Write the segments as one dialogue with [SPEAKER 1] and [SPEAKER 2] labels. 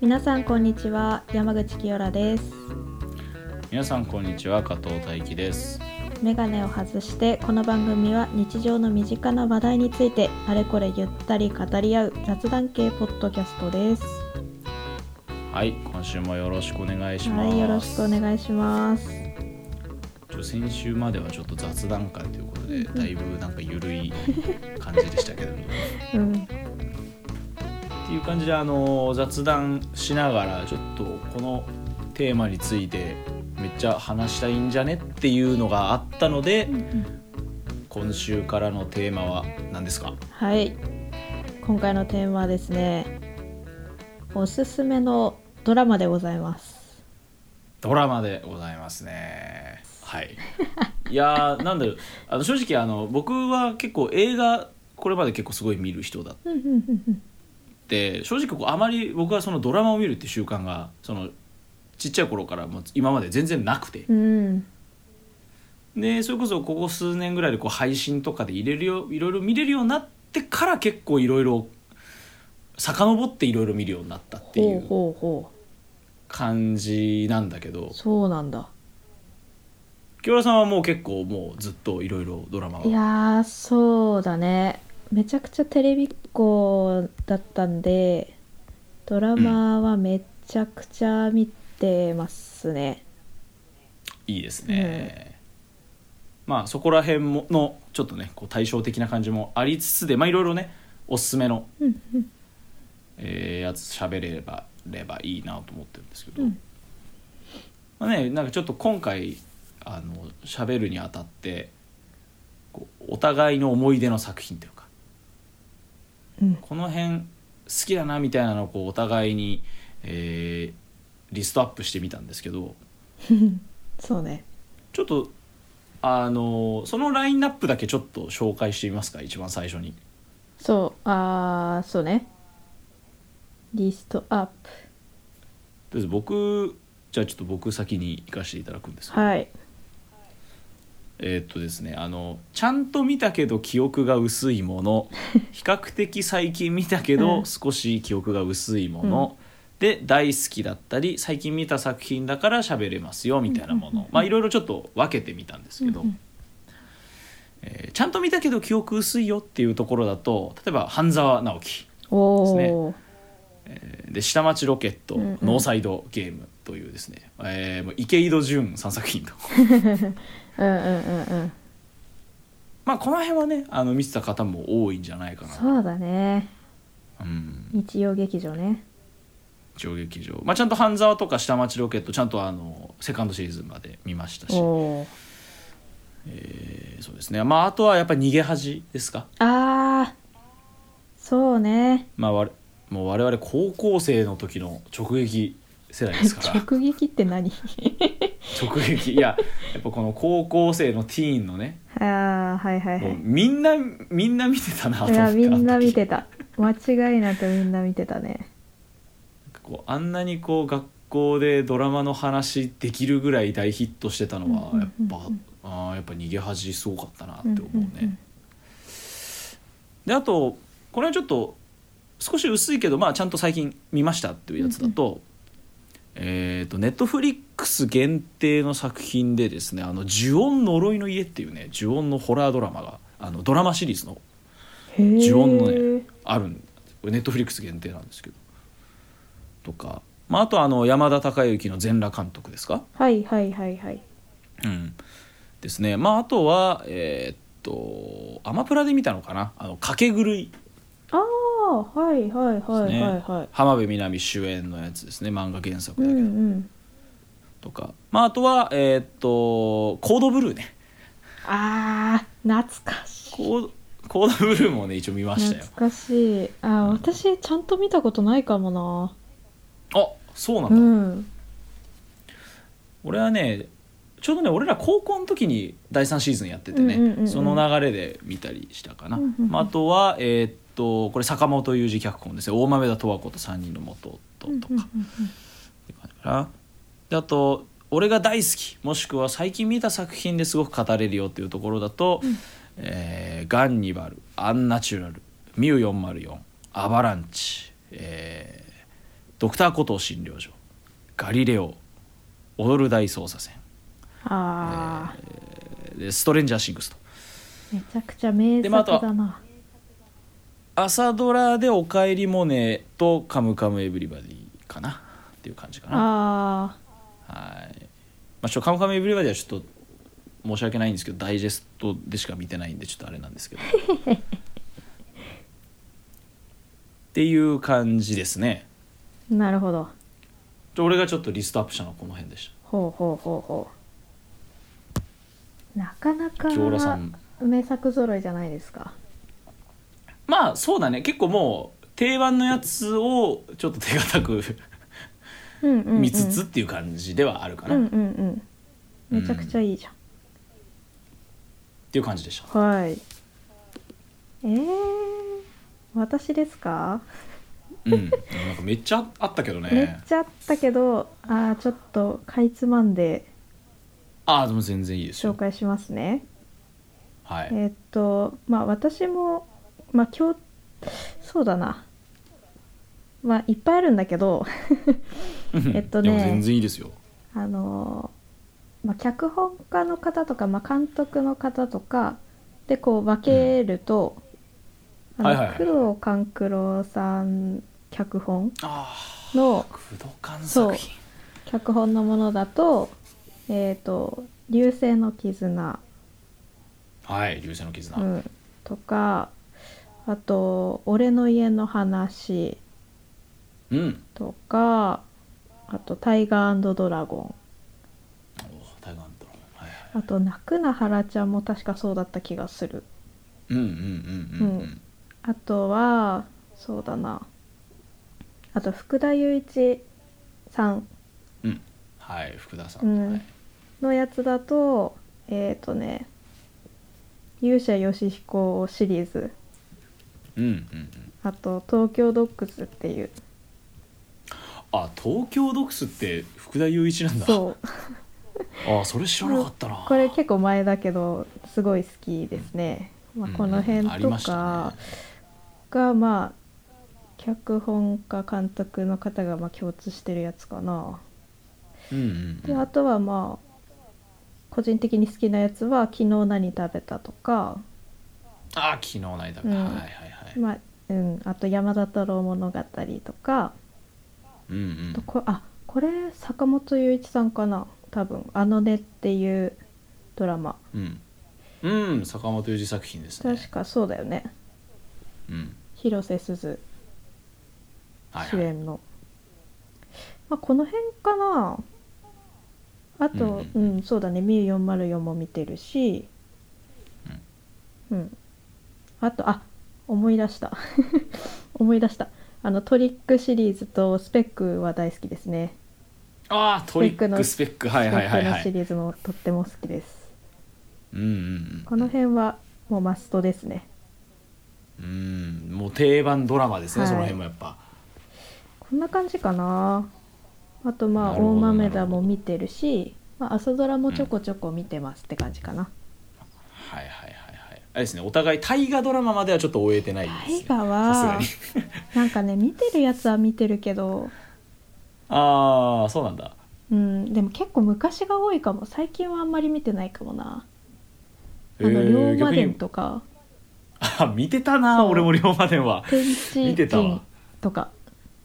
[SPEAKER 1] 皆さんこんにちは山口清良です
[SPEAKER 2] 皆さんこんにちは加藤大輝です
[SPEAKER 1] メガネを外してこの番組は日常の身近な話題についてあれこれゆったり語り合う雑談系ポッドキャストです
[SPEAKER 2] はい今週もよろしくお願いしま
[SPEAKER 1] は
[SPEAKER 2] す、
[SPEAKER 1] いよろしくお願いします
[SPEAKER 2] ちょ先週まではちょっと雑談会ということでだいぶなんか緩い感じでしたけ ども
[SPEAKER 1] うん
[SPEAKER 2] っていう感じであの雑談しながらちょっとこのテーマについてめっちゃ話したいんじゃねっていうのがあったので、今週からのテーマは何ですか
[SPEAKER 1] はい今回のテーマはですねおすすめのドラマでございます
[SPEAKER 2] ドラマでございますねはい いやーなんだろうあの正直あの僕は結構映画これまで結構すごい見る人だっ
[SPEAKER 1] うんうんうん
[SPEAKER 2] て正直こうあまり僕はそのドラマを見るっていう習慣がそのちっちゃい頃からもう今まで全然なくて
[SPEAKER 1] うんうん
[SPEAKER 2] でそれこそここ数年ぐらいでこう配信とかで入れるよいろいろ見れるようになってから結構いろいろ遡っていろいろ見るようになったってい
[SPEAKER 1] ほう
[SPEAKER 2] う
[SPEAKER 1] ほうほ
[SPEAKER 2] 感じなんだけど
[SPEAKER 1] うそうなんだ
[SPEAKER 2] 清原さんはもう結構もうずっといろいろドラマはい
[SPEAKER 1] やーそうだねめちゃくちゃテレビっ子だったんでドラマはめちゃくちゃ見てますね、
[SPEAKER 2] いいですね、まあそこら辺ものちょっとねこう対照的な感じもありつつでまあいろいろねおすすめの、えーやつ喋れればればいいなと思ってるんですけど、
[SPEAKER 1] うん
[SPEAKER 2] まあねなんかちょっと今回あの喋るにあたってこうお互いの思い出の作品というか、
[SPEAKER 1] うん
[SPEAKER 2] この辺好きだなみたいなのをこうお互いに、えーリストアップしてみたんですけど、
[SPEAKER 1] そうね
[SPEAKER 2] ちょっとあのそのラインナップだけちょっと紹介してみますか一番最初に
[SPEAKER 1] そうあーそうねリストアップ
[SPEAKER 2] とりあえず僕じゃあちょっと僕先に行かせていただくんですが
[SPEAKER 1] はい
[SPEAKER 2] えーっとですねあのちゃんと見たけど記憶が薄い もの比較的最近見たけ
[SPEAKER 1] うん
[SPEAKER 2] ど少し記憶が薄いもの、で大好きだったり最近見た作品だから喋れますよみたいなもの、まあいろいろちょっと分けてみたんですけど、
[SPEAKER 1] うんうん
[SPEAKER 2] えーちゃんと見たけど記憶薄いよっていうところだと例えば半沢直樹
[SPEAKER 1] お
[SPEAKER 2] ですね
[SPEAKER 1] お、
[SPEAKER 2] で下町ロケット、
[SPEAKER 1] うんうん
[SPEAKER 2] ノーサイドゲームというですね、えーもう池井戸潤3作品と
[SPEAKER 1] うんうんうんうん
[SPEAKER 2] まあこの辺はねあの見てた方も多いんじゃないかな
[SPEAKER 1] そうだね
[SPEAKER 2] うん
[SPEAKER 1] 日曜劇場ね
[SPEAKER 2] 上劇場、まあ、ちゃんと半沢とか下町ロケットちゃんとあのセカンドシリーズまで見ましたし、
[SPEAKER 1] おお
[SPEAKER 2] えーそうですねまああとはやっぱ逃げ恥ですか、
[SPEAKER 1] あーそうね
[SPEAKER 2] まあ、我もう我々高校生の時の直撃世代ですから
[SPEAKER 1] 直撃って何
[SPEAKER 2] 直撃いややっぱこの高校生のティーンのね
[SPEAKER 1] ああはいはいは
[SPEAKER 2] もう
[SPEAKER 1] い
[SPEAKER 2] みんなみんな見てたなと
[SPEAKER 1] い
[SPEAKER 2] 思っ
[SPEAKER 1] や
[SPEAKER 2] て
[SPEAKER 1] みんな
[SPEAKER 2] あの時
[SPEAKER 1] 見てた間違いなくみんな見てたね
[SPEAKER 2] こうあんなにこう学校でドラマの話できるぐらい大ヒットしてたの
[SPEAKER 1] う
[SPEAKER 2] は
[SPEAKER 1] ん
[SPEAKER 2] やっぱ、
[SPEAKER 1] うんうん
[SPEAKER 2] あーやっぱ逃げ恥すごかったなって
[SPEAKER 1] うん
[SPEAKER 2] 思うね。であとこれはちょっと少し薄いけど、まあ、ちゃんと最近見ましたっていうやつだと,、えー、とネットフリックス限定の作品でですね「あの呪音呪いの家」っていうね呪音のホラードラマがあのドラマシリーズの
[SPEAKER 1] うんうんへー
[SPEAKER 2] 呪音のねあるんネットフリックス限定なんですけどとか、まあ、あとあの山田孝之の全裸監督ですか、
[SPEAKER 1] はいはいはいはい
[SPEAKER 2] うん、ですねまああとはえーっとアマプラで見たのかな「あの賭け狂い
[SPEAKER 1] ああはいはい」
[SPEAKER 2] です
[SPEAKER 1] はい
[SPEAKER 2] ね、
[SPEAKER 1] はいはい、
[SPEAKER 2] 浜辺美波主演のやつですね漫画原作
[SPEAKER 1] う
[SPEAKER 2] だけ
[SPEAKER 1] ん
[SPEAKER 2] ど、
[SPEAKER 1] うん
[SPEAKER 2] とか、まあ、あとはえーっと「コードブルーね」
[SPEAKER 1] あー懐かしい
[SPEAKER 2] コードコードブルーもね一応見ましたよ
[SPEAKER 1] 懐かしいあー私ちゃんと見たことないかも
[SPEAKER 2] あそうな
[SPEAKER 1] なん
[SPEAKER 2] だ、
[SPEAKER 1] うん
[SPEAKER 2] 俺はねちょうどね俺ら高校の時に第3シーズンやっててね、
[SPEAKER 1] うんうんうんうん
[SPEAKER 2] その流れで見たりしたかな、
[SPEAKER 1] うんうんうん
[SPEAKER 2] まあ、あとはえーっとこれ坂本雄二脚本ですね大豆田十和子と3人の元ととかって感じかなであと俺が大好きもしくは最近見た作品ですごく語れるよっていうところだと「えーガンニバル」「アンナチュラル」「ミュー404」「アバランチ」えードクターコトー診療所」「ガリレオ」「踊る大捜査線
[SPEAKER 1] ああ、」
[SPEAKER 2] で「ストレンジャーシングス」と
[SPEAKER 1] めちゃくちゃ名
[SPEAKER 2] でまああ
[SPEAKER 1] 作
[SPEAKER 2] とは
[SPEAKER 1] だな。
[SPEAKER 2] 朝ドラで「おかえりモネ」と「カムカムエヴリバディ」かなっていう感じかな
[SPEAKER 1] あ
[SPEAKER 2] はいまあ、ちょカムカムエヴリバディ」はちょっと申し訳ないんですけどダイジェストでしか見てないんでちょっとあれなんですけど っていう感じですね
[SPEAKER 1] あ、なるほど。
[SPEAKER 2] ちょ俺がちょっとリストアップしたのはこの辺でし
[SPEAKER 1] ほうほうほうほう。なかなか
[SPEAKER 2] た清浦さん
[SPEAKER 1] 名作揃いじゃないですか。
[SPEAKER 2] まあそうだね結構もう定番のやつをちょっと手堅く
[SPEAKER 1] うんうん、うん。
[SPEAKER 2] 見つつ。っていう感じではあるか
[SPEAKER 1] う
[SPEAKER 2] な、
[SPEAKER 1] ん
[SPEAKER 2] っ
[SPEAKER 1] うんうん。めちゃくちゃいいじゃん。
[SPEAKER 2] ていう感じでした
[SPEAKER 1] はい。えー、私ですか、
[SPEAKER 2] うんなんかめっちゃあったけど
[SPEAKER 1] めっ
[SPEAKER 2] ね
[SPEAKER 1] ちゃあったけど、あーちょっとかいつまんで
[SPEAKER 2] ああでも全然いいです
[SPEAKER 1] 紹
[SPEAKER 2] よ
[SPEAKER 1] 介しますね。
[SPEAKER 2] はい、
[SPEAKER 1] えーっと、まあ私も、まあ今日、そうだな。まあいっぱいあるんだけど、えっとね
[SPEAKER 2] でも全然いいですよ
[SPEAKER 1] あのーまあ、脚本家の方とか、まあ、監督の方とかでこう分けると、
[SPEAKER 2] うん
[SPEAKER 1] あの
[SPEAKER 2] はいはいはい
[SPEAKER 1] 工藤官九郎さん脚本
[SPEAKER 2] あ
[SPEAKER 1] の
[SPEAKER 2] あ武道館
[SPEAKER 1] そう
[SPEAKER 2] 作品
[SPEAKER 1] 脚本のものだと「えー、と流星の絆、
[SPEAKER 2] はい流星の絆、
[SPEAKER 1] うん」とかあと「俺の家の話
[SPEAKER 2] うん」
[SPEAKER 1] とかあと「タイガードラゴ
[SPEAKER 2] おータイガードラマはいはい
[SPEAKER 1] ン」あと「泣くなハラちゃん」も確かそうだった気がする。
[SPEAKER 2] うんうんうんうんう
[SPEAKER 1] うんあとはそうだなあと福田雄一さん
[SPEAKER 2] はい福田さん、
[SPEAKER 1] うん
[SPEAKER 2] はい
[SPEAKER 1] のやつだとえっ、とね「勇者ヨシヒコ」シリーズ
[SPEAKER 2] うんうんうん
[SPEAKER 1] あと「東京ドッグス」っていう
[SPEAKER 2] あ東京ドックスって福田雄一なんだ
[SPEAKER 1] そう
[SPEAKER 2] ああそれ知らなかったな
[SPEAKER 1] これ結構前だけどすごい好きですね、まあ、この辺
[SPEAKER 2] うんうんあり
[SPEAKER 1] と
[SPEAKER 2] ました
[SPEAKER 1] か
[SPEAKER 2] ね
[SPEAKER 1] がまあ脚本家監督の方がまあ共通してるやつかな。
[SPEAKER 2] うんうんう
[SPEAKER 1] で
[SPEAKER 2] ん
[SPEAKER 1] あとはまあ個人的に好きなやつは「昨日何食べた」とか、
[SPEAKER 2] あ昨日の間、
[SPEAKER 1] うん
[SPEAKER 2] はいはいはい、
[SPEAKER 1] まあうん、あと「山田太郎物語」とか、
[SPEAKER 2] うんうん
[SPEAKER 1] とこあこれ坂本雄一さんかな多分「あのね」っていうドラマ
[SPEAKER 2] うんうん、坂本龍二作品ですね
[SPEAKER 1] 確かそうだよね
[SPEAKER 2] うん
[SPEAKER 1] 広瀬すず
[SPEAKER 2] はい
[SPEAKER 1] 主
[SPEAKER 2] はい
[SPEAKER 1] 演の、まあ、この辺かなあと、う
[SPEAKER 2] う
[SPEAKER 1] んんそうだね「ミュー404」も見てるしうん、あとあ思い出した 思い出したあのトリックシリーズとスペックは大好きですね
[SPEAKER 2] ああトリックス
[SPEAKER 1] ス
[SPEAKER 2] ペックはいはいはいは
[SPEAKER 1] スペック
[SPEAKER 2] い
[SPEAKER 1] のシリーズもとっても好きです
[SPEAKER 2] うんうん
[SPEAKER 1] この辺はもうマストですね
[SPEAKER 2] うんうんもう定番ドラマですね、
[SPEAKER 1] はい
[SPEAKER 2] その辺もやっぱ
[SPEAKER 1] こんな感じかなあとまあ
[SPEAKER 2] なるほ
[SPEAKER 1] 大
[SPEAKER 2] ど
[SPEAKER 1] 豆田も見てるしまあ、朝ドラもちょこちょこ見てますって感じかな、
[SPEAKER 2] はいはいはいはいあれですねお互い大河ドラマまではちょっと終えてないです、
[SPEAKER 1] 大
[SPEAKER 2] ね、
[SPEAKER 1] 河は
[SPEAKER 2] さすがに
[SPEAKER 1] なんかね見てるやつは見てるけど、
[SPEAKER 2] ああそうなんだ
[SPEAKER 1] うん、でも結構昔が多いかも最近はあんまり見てないかもなあ
[SPEAKER 2] へ
[SPEAKER 1] の
[SPEAKER 2] ー
[SPEAKER 1] 龍馬
[SPEAKER 2] 逆
[SPEAKER 1] 伝
[SPEAKER 2] に
[SPEAKER 1] とか
[SPEAKER 2] あ見てたな
[SPEAKER 1] そう
[SPEAKER 2] 俺も龍馬伝は
[SPEAKER 1] 天
[SPEAKER 2] 見
[SPEAKER 1] 地
[SPEAKER 2] てたわ
[SPEAKER 1] 人とか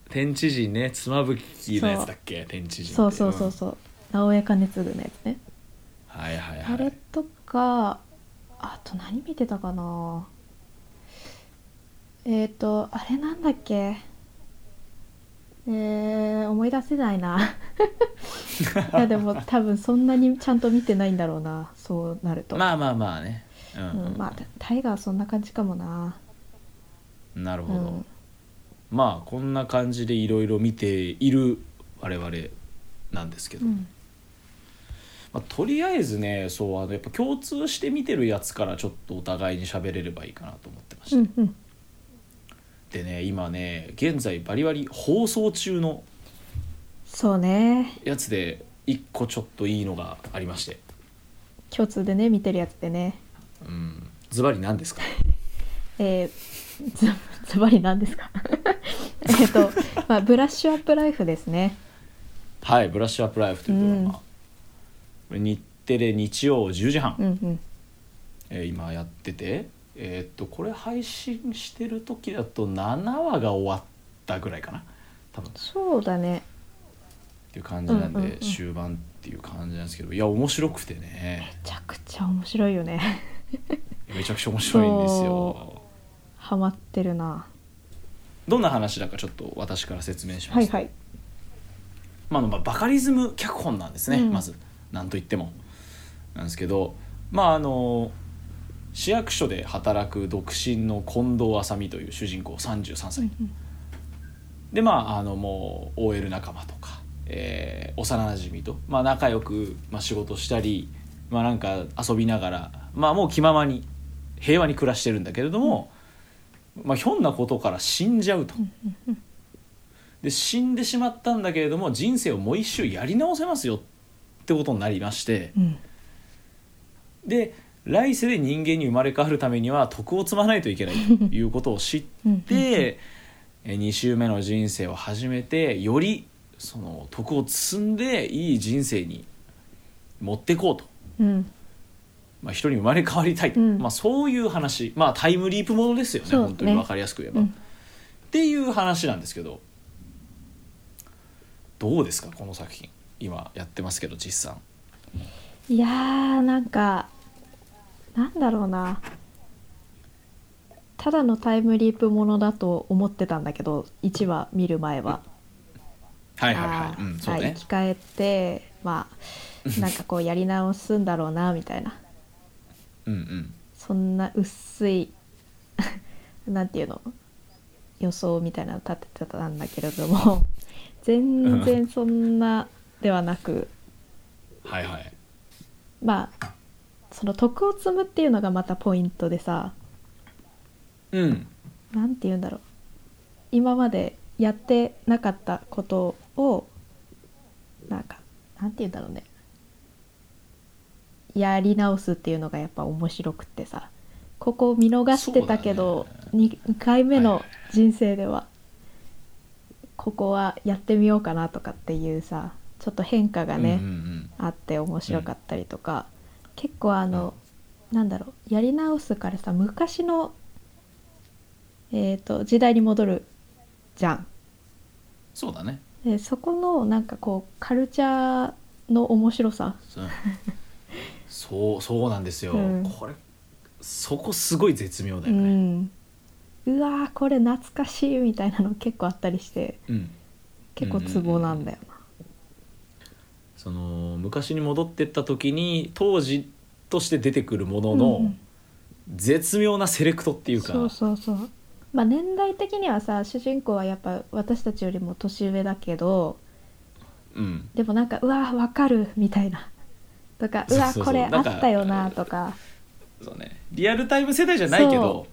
[SPEAKER 2] 天地人ね妻夫木のやつだっけ天地人って
[SPEAKER 1] そうそうそうそう直江兼次のやつね
[SPEAKER 2] うんはいはい
[SPEAKER 1] あ
[SPEAKER 2] は
[SPEAKER 1] れ
[SPEAKER 2] い
[SPEAKER 1] とかあと何見てたかなえっ、ー、とあれなんだっけえー、思い出せないな いやでも多分そんなにちゃんと見てないんだろうなそうなると、
[SPEAKER 2] まあまあまあねうんうん、
[SPEAKER 1] うん、まあタイガーはそんな感じかもな
[SPEAKER 2] なる
[SPEAKER 1] う
[SPEAKER 2] ほど、
[SPEAKER 1] ん
[SPEAKER 2] まあこんな感じでいろいろ見ている我々なんですけど、
[SPEAKER 1] うん
[SPEAKER 2] まあ、とりあえずねそうあのやっぱ共通して見てるやつからちょっとお互いに喋れればいいかなと思ってまして、
[SPEAKER 1] うんうん
[SPEAKER 2] でね今ね現在バリバリ放送中の
[SPEAKER 1] そうね
[SPEAKER 2] やつで一個ちょっといいのがありまして
[SPEAKER 1] 共通でね見てるやつでね
[SPEAKER 2] うんズバリ何ですか
[SPEAKER 1] えー、ズ ズバリ何ですか えっと、まあ、ブラッシュアップライフですね
[SPEAKER 2] はい「ブラッシュアップライフ」というドラマ、これ日テレ日曜10時半、
[SPEAKER 1] うんうん
[SPEAKER 2] えー今やっててえーっとこれ配信してる時だと7話が終わったぐらいかな多分っ
[SPEAKER 1] そうだね
[SPEAKER 2] ていう感じなんで、
[SPEAKER 1] うんうんうん
[SPEAKER 2] 終盤っていう感じなんですけどいや面白くて
[SPEAKER 1] め
[SPEAKER 2] ね
[SPEAKER 1] ちゃくちゃ面白いよね
[SPEAKER 2] めちゃくちゃ面白いんですよ
[SPEAKER 1] ハマってるな
[SPEAKER 2] どんな話だかちょっと私から説明しま
[SPEAKER 1] は
[SPEAKER 2] すと
[SPEAKER 1] いはい
[SPEAKER 2] まああのまあ、バカリズム脚本なんですね、
[SPEAKER 1] うん
[SPEAKER 2] まず何と言ってもなんですけどまああの市役所で働く独身の近藤麻美という主人公33歳、
[SPEAKER 1] うんうん
[SPEAKER 2] でまああのもう OL 仲間とか、えー幼なじみと、まあ、仲良く、まあ、仕事したり、まあ、なんか遊びながら、まあ、もう気ままに平和に暮らしてるんだけれども、まあ、ひょんなことから死んじゃうと。で死んでしまったんだけれども人生をもう一周やり直せますよってことになりまして
[SPEAKER 1] うん
[SPEAKER 2] で来世で人間に生まれ変わるためには徳を積まないといけないということを知っ
[SPEAKER 1] うん
[SPEAKER 2] で2周目の人生を始めてよりその徳を積んでいい人生に持ってこうと、
[SPEAKER 1] うん
[SPEAKER 2] まあ、人に生まれ変わりたい、
[SPEAKER 1] うん
[SPEAKER 2] まあ、そういう話、まあ、タイムリープものですよね
[SPEAKER 1] そうね
[SPEAKER 2] 本当に分かりやすく言えば、
[SPEAKER 1] うん
[SPEAKER 2] っていう話なんですけどどうですかこの作品今やってますけど実さん
[SPEAKER 1] いやーなんかなんだろうなただのタイムリープものだと思ってたんだけど1話見る前は。
[SPEAKER 2] はいはい
[SPEAKER 1] あ
[SPEAKER 2] はい、うん、
[SPEAKER 1] ー
[SPEAKER 2] そう
[SPEAKER 1] はい生
[SPEAKER 2] ね
[SPEAKER 1] き返ってまあなんかこうやり直すんだろうなみたいな
[SPEAKER 2] うんうん
[SPEAKER 1] そんな薄い なんていうの予想みたいなの立ててたんだけれども全然そんなではなく
[SPEAKER 2] はいはい
[SPEAKER 1] まあその徳を積むっていうのがまたポイントでさ
[SPEAKER 2] うん
[SPEAKER 1] なんて言うんだろう今までやってなかったことをなんかなんて言うんだろうねやり直すっていうのがやっぱ面白くってさここを見逃してたけど、
[SPEAKER 2] そうだ
[SPEAKER 1] に 2, 回目
[SPEAKER 2] はい
[SPEAKER 1] の
[SPEAKER 2] はい
[SPEAKER 1] 人生ではここはやってみようかなとかっていうさちょっと変化がね、
[SPEAKER 2] うんうんうん
[SPEAKER 1] あって面白かったりとか、結構あの、なんだろうやり直すからさ昔の、えー、と時代に戻るじゃん
[SPEAKER 2] そうだね
[SPEAKER 1] でそこのなんかこうカルチャーの面白さ
[SPEAKER 2] そうそうそうなんですよ、
[SPEAKER 1] うん
[SPEAKER 2] これそこすごい絶妙だ
[SPEAKER 1] う
[SPEAKER 2] よね、
[SPEAKER 1] んうわーこれ懐かしいみたいなの 結構あったりして
[SPEAKER 2] うん
[SPEAKER 1] 結構ツボなんだよな、
[SPEAKER 2] その昔に戻ってった時に当時として出てくるもの
[SPEAKER 1] うんう
[SPEAKER 2] の
[SPEAKER 1] ん
[SPEAKER 2] 絶妙なセレクトっていうか、
[SPEAKER 1] そうそうそうまあ年代的にはさ主人公はやっぱ私たちよりも年上だけど、
[SPEAKER 2] うん
[SPEAKER 1] でもなんかうわわかるみたいなとかう
[SPEAKER 2] そう
[SPEAKER 1] わ
[SPEAKER 2] そうそう
[SPEAKER 1] これあ
[SPEAKER 2] なん
[SPEAKER 1] っ
[SPEAKER 2] か
[SPEAKER 1] たよなとか
[SPEAKER 2] そうねリアルタイム世代じゃないけど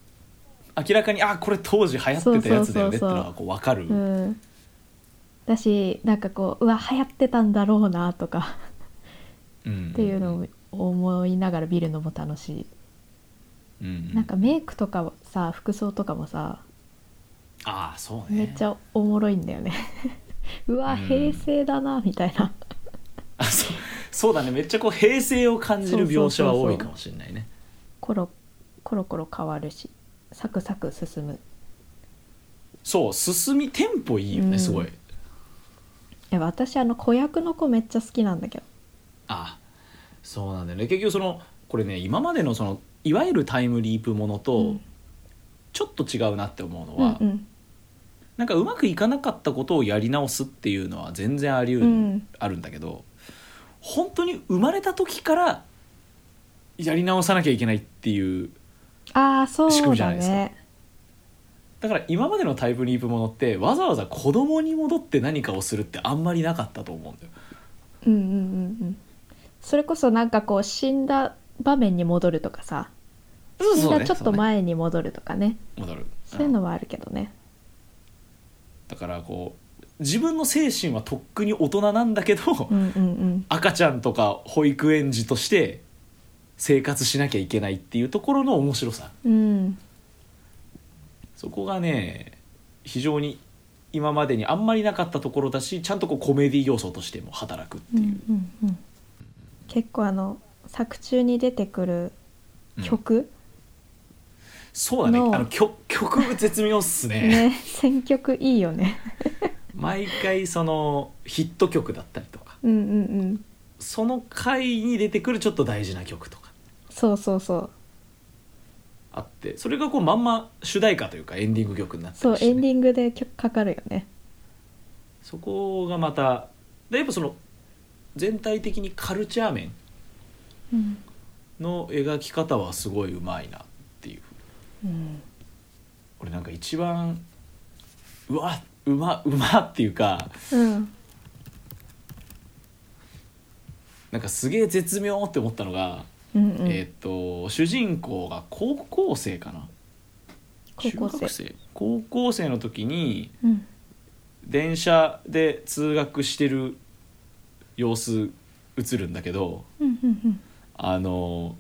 [SPEAKER 2] 明らかにあこれ当時流行ってたやつだよねって
[SPEAKER 1] そうそうそうそう
[SPEAKER 2] のはこう分かる、
[SPEAKER 1] うんだしなんかこううわ流行ってたんだろうなとか
[SPEAKER 2] うん
[SPEAKER 1] っていうのを思いながら見るのも楽しい、
[SPEAKER 2] うんうん
[SPEAKER 1] なんかメイクとかさ服装とかもさ
[SPEAKER 2] ああそう
[SPEAKER 1] め
[SPEAKER 2] ね
[SPEAKER 1] っちゃおもろいんだよね うわ、
[SPEAKER 2] うん
[SPEAKER 1] 平成だなみたいな
[SPEAKER 2] あそうそうだねめっちゃこう平成を感じる描写は
[SPEAKER 1] そうそうそうそう
[SPEAKER 2] 多いかもしれないね
[SPEAKER 1] コロコロコロ変わるしサクサク進む
[SPEAKER 2] そう進みテンポいいよね、
[SPEAKER 1] うん
[SPEAKER 2] すごい
[SPEAKER 1] え私あの子役の子めっちゃ好きなんだけど
[SPEAKER 2] あそうなんだよね結局そのこれね今までのそのいわゆるタイムリープもの
[SPEAKER 1] う
[SPEAKER 2] と
[SPEAKER 1] ん
[SPEAKER 2] ちょっと違うなって思うのは、
[SPEAKER 1] うんうん
[SPEAKER 2] なんかうまくいかなかったことをやり直すっていうのは全然あり得
[SPEAKER 1] う
[SPEAKER 2] る、
[SPEAKER 1] ん
[SPEAKER 2] あるんだけど本当に生まれた時からやり直さなきゃいけないっていう
[SPEAKER 1] ああそ
[SPEAKER 2] 仕組
[SPEAKER 1] う
[SPEAKER 2] みじゃ
[SPEAKER 1] だ
[SPEAKER 2] ないですか
[SPEAKER 1] ね
[SPEAKER 2] だから今までのタイムリープものってわざわざ子供に戻って何かをするってあんまりなかったと思うんだよ。
[SPEAKER 1] うんうんうんうんそれこそなんかこう死んだ場面に戻るとかさ死んだちょっと前に戻るとかね
[SPEAKER 2] そうね戻る
[SPEAKER 1] そういうのはあるけどね
[SPEAKER 2] だからこう自分の精神はとっくに大人なんだけど、
[SPEAKER 1] うんうんうん
[SPEAKER 2] 赤ちゃんとか保育園児として生活しなきゃいけないっていうところの面白さ
[SPEAKER 1] うん
[SPEAKER 2] そこがね非常に今までにあんまりなかったところだしちゃんとこうコメディ要素としても働くって
[SPEAKER 1] う
[SPEAKER 2] い
[SPEAKER 1] ん
[SPEAKER 2] う、
[SPEAKER 1] うんうん、結構あの作中に出てくる曲、
[SPEAKER 2] そうだね
[SPEAKER 1] の
[SPEAKER 2] あの曲曲絶妙っすね
[SPEAKER 1] ね選曲いいよね
[SPEAKER 2] 毎回そのヒット曲だったりとか
[SPEAKER 1] うんうんうん
[SPEAKER 2] その回に出てくるちょっと大事な曲とか
[SPEAKER 1] そうそうそう
[SPEAKER 2] あってそれがこうまんま主題歌というかエンディング曲になった
[SPEAKER 1] そ
[SPEAKER 2] り
[SPEAKER 1] う
[SPEAKER 2] して、
[SPEAKER 1] エ
[SPEAKER 2] ね、
[SPEAKER 1] ンディングで曲かかるよね
[SPEAKER 2] そこがまたでやっぱその全体的にカルチャー面
[SPEAKER 1] うん、
[SPEAKER 2] の描き方はすごいうまいなっていう
[SPEAKER 1] うん、
[SPEAKER 2] 俺なんか一番うわうまうまっていうか
[SPEAKER 1] うん
[SPEAKER 2] なんかすげえ絶妙って思ったのが、
[SPEAKER 1] うんうん
[SPEAKER 2] えーっと主人公が高校生かな
[SPEAKER 1] 高校
[SPEAKER 2] 中学
[SPEAKER 1] 生
[SPEAKER 2] 生高校生の時に
[SPEAKER 1] うん
[SPEAKER 2] 電車で通学してる様子映るんだけど
[SPEAKER 1] うんうん
[SPEAKER 2] あの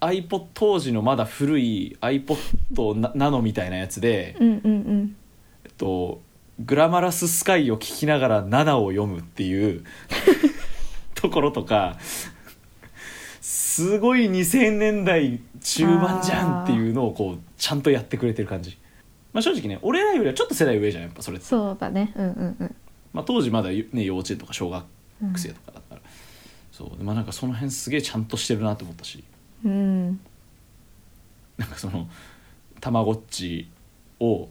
[SPEAKER 2] iPod 当時のまだ古い iPod なナノみたいなやつで、
[SPEAKER 1] うんうんうんうん
[SPEAKER 2] えっと、グラマラススカイを聴きながら「7」を読むっていう ところとかすごい2000年代中盤じゃんっていうのをこうちゃんとやってくれてる感じ。まあ、正直ね俺らよりはちょっと世代上じゃんやっぱそれって、
[SPEAKER 1] そうだねうんうんうん
[SPEAKER 2] まあ、当時まだ、ね、幼稚園とか小学
[SPEAKER 1] うん
[SPEAKER 2] 学生とかだったら、そうでまあなんかその辺すげえちゃんとしてるなと思ったし
[SPEAKER 1] うん
[SPEAKER 2] なんかそのたまごっちを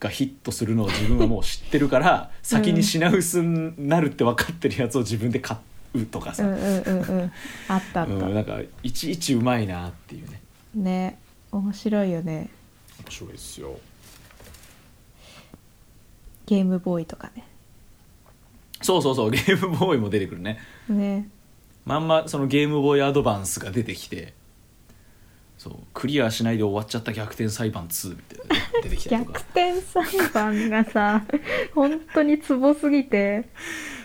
[SPEAKER 2] がヒットするのを自分はもう知ってるから 先に品薄になるって分かってるやつを自分で買うとか
[SPEAKER 1] う
[SPEAKER 2] さ、
[SPEAKER 1] んうんうんうんあったあっ
[SPEAKER 2] う
[SPEAKER 1] た、
[SPEAKER 2] んなんかいちいちうまいなっていうね
[SPEAKER 1] ね面白いよね
[SPEAKER 2] 面白いですよ
[SPEAKER 1] ゲームボーイとかね
[SPEAKER 2] そうそう そうゲームボーイも出てくるね
[SPEAKER 1] ね
[SPEAKER 2] まんまそのゲームボーイアドバンスが出てきてそうクリアしないで終わっちゃった逆転裁判2みたいな ね出てきたり
[SPEAKER 1] 逆
[SPEAKER 2] とか
[SPEAKER 1] 転裁判がさ 本当にツボすぎて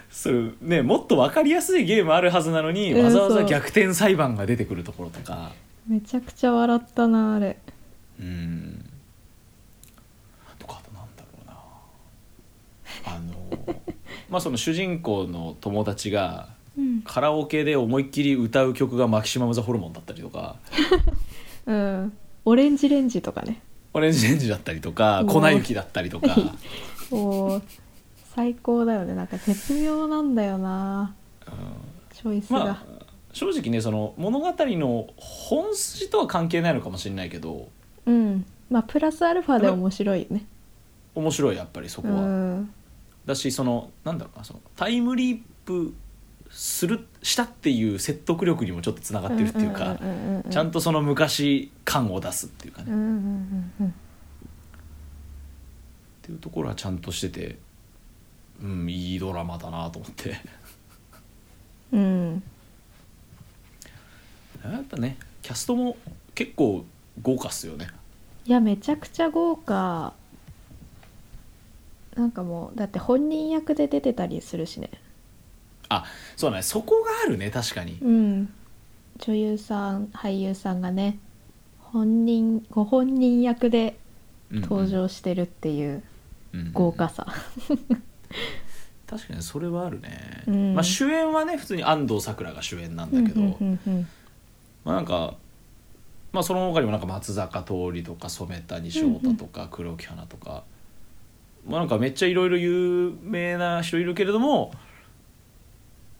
[SPEAKER 2] そうねもっと分かりやすいゲームあるはずなのに、
[SPEAKER 1] うん
[SPEAKER 2] わざわざ
[SPEAKER 1] そう
[SPEAKER 2] 逆転裁判が出てくるところとか
[SPEAKER 1] めちゃくちゃ笑ったなあれ
[SPEAKER 2] うんとかあとなんだろうなあの まあその主人公の友達が
[SPEAKER 1] うん、
[SPEAKER 2] カラオケで思いっきり歌う曲が「マキシマム・ザ・ホルモン」だったりとか
[SPEAKER 1] うん、オレンジレンジとかね
[SPEAKER 2] 「オレンジ・レンジ」だったりとか
[SPEAKER 1] うん
[SPEAKER 2] 「粉雪」だったりと か
[SPEAKER 1] おー最高だよねなんか絶妙なんだよなチョイスが、
[SPEAKER 2] まあ正直ねその物語の本筋とは関係ないのかもしれないけど
[SPEAKER 1] うんまあプラスアルファで面白いよね
[SPEAKER 2] 面白いやっぱりそこ
[SPEAKER 1] う
[SPEAKER 2] は。
[SPEAKER 1] ん
[SPEAKER 2] だしそのなんだろうなそのタイムリープするしたっていう説得力にもちょっとつながってるっていうか、ちゃん
[SPEAKER 1] と
[SPEAKER 2] とその昔感を出すっていうか
[SPEAKER 1] う
[SPEAKER 2] ね、
[SPEAKER 1] ん
[SPEAKER 2] っ
[SPEAKER 1] うんうんうん
[SPEAKER 2] ていうところはちゃんとしててうんいいドラマだなと思って
[SPEAKER 1] うん
[SPEAKER 2] やっぱねキャストも結構豪華っすよね
[SPEAKER 1] いやめちゃくちゃ豪華なんかもうだって本人役で出てたりするしね
[SPEAKER 2] そうだねそこがあるね確かに、
[SPEAKER 1] うん女優さん俳優さんがね本人ご本人役で
[SPEAKER 2] うん
[SPEAKER 1] 登場してるっていう
[SPEAKER 2] うんうん
[SPEAKER 1] 豪華さ、
[SPEAKER 2] 確かにそれはあるね、
[SPEAKER 1] うん
[SPEAKER 2] まあ、主演はね普通に安藤サクラが主演なん
[SPEAKER 1] う
[SPEAKER 2] だ
[SPEAKER 1] ん
[SPEAKER 2] けど、
[SPEAKER 1] うんうん
[SPEAKER 2] まあなんか、まあ、その他にもなんか松坂桃李とか染谷翔太とか黒木華とか、まあ、なんかめっちゃいろいろ有名な人いるけれども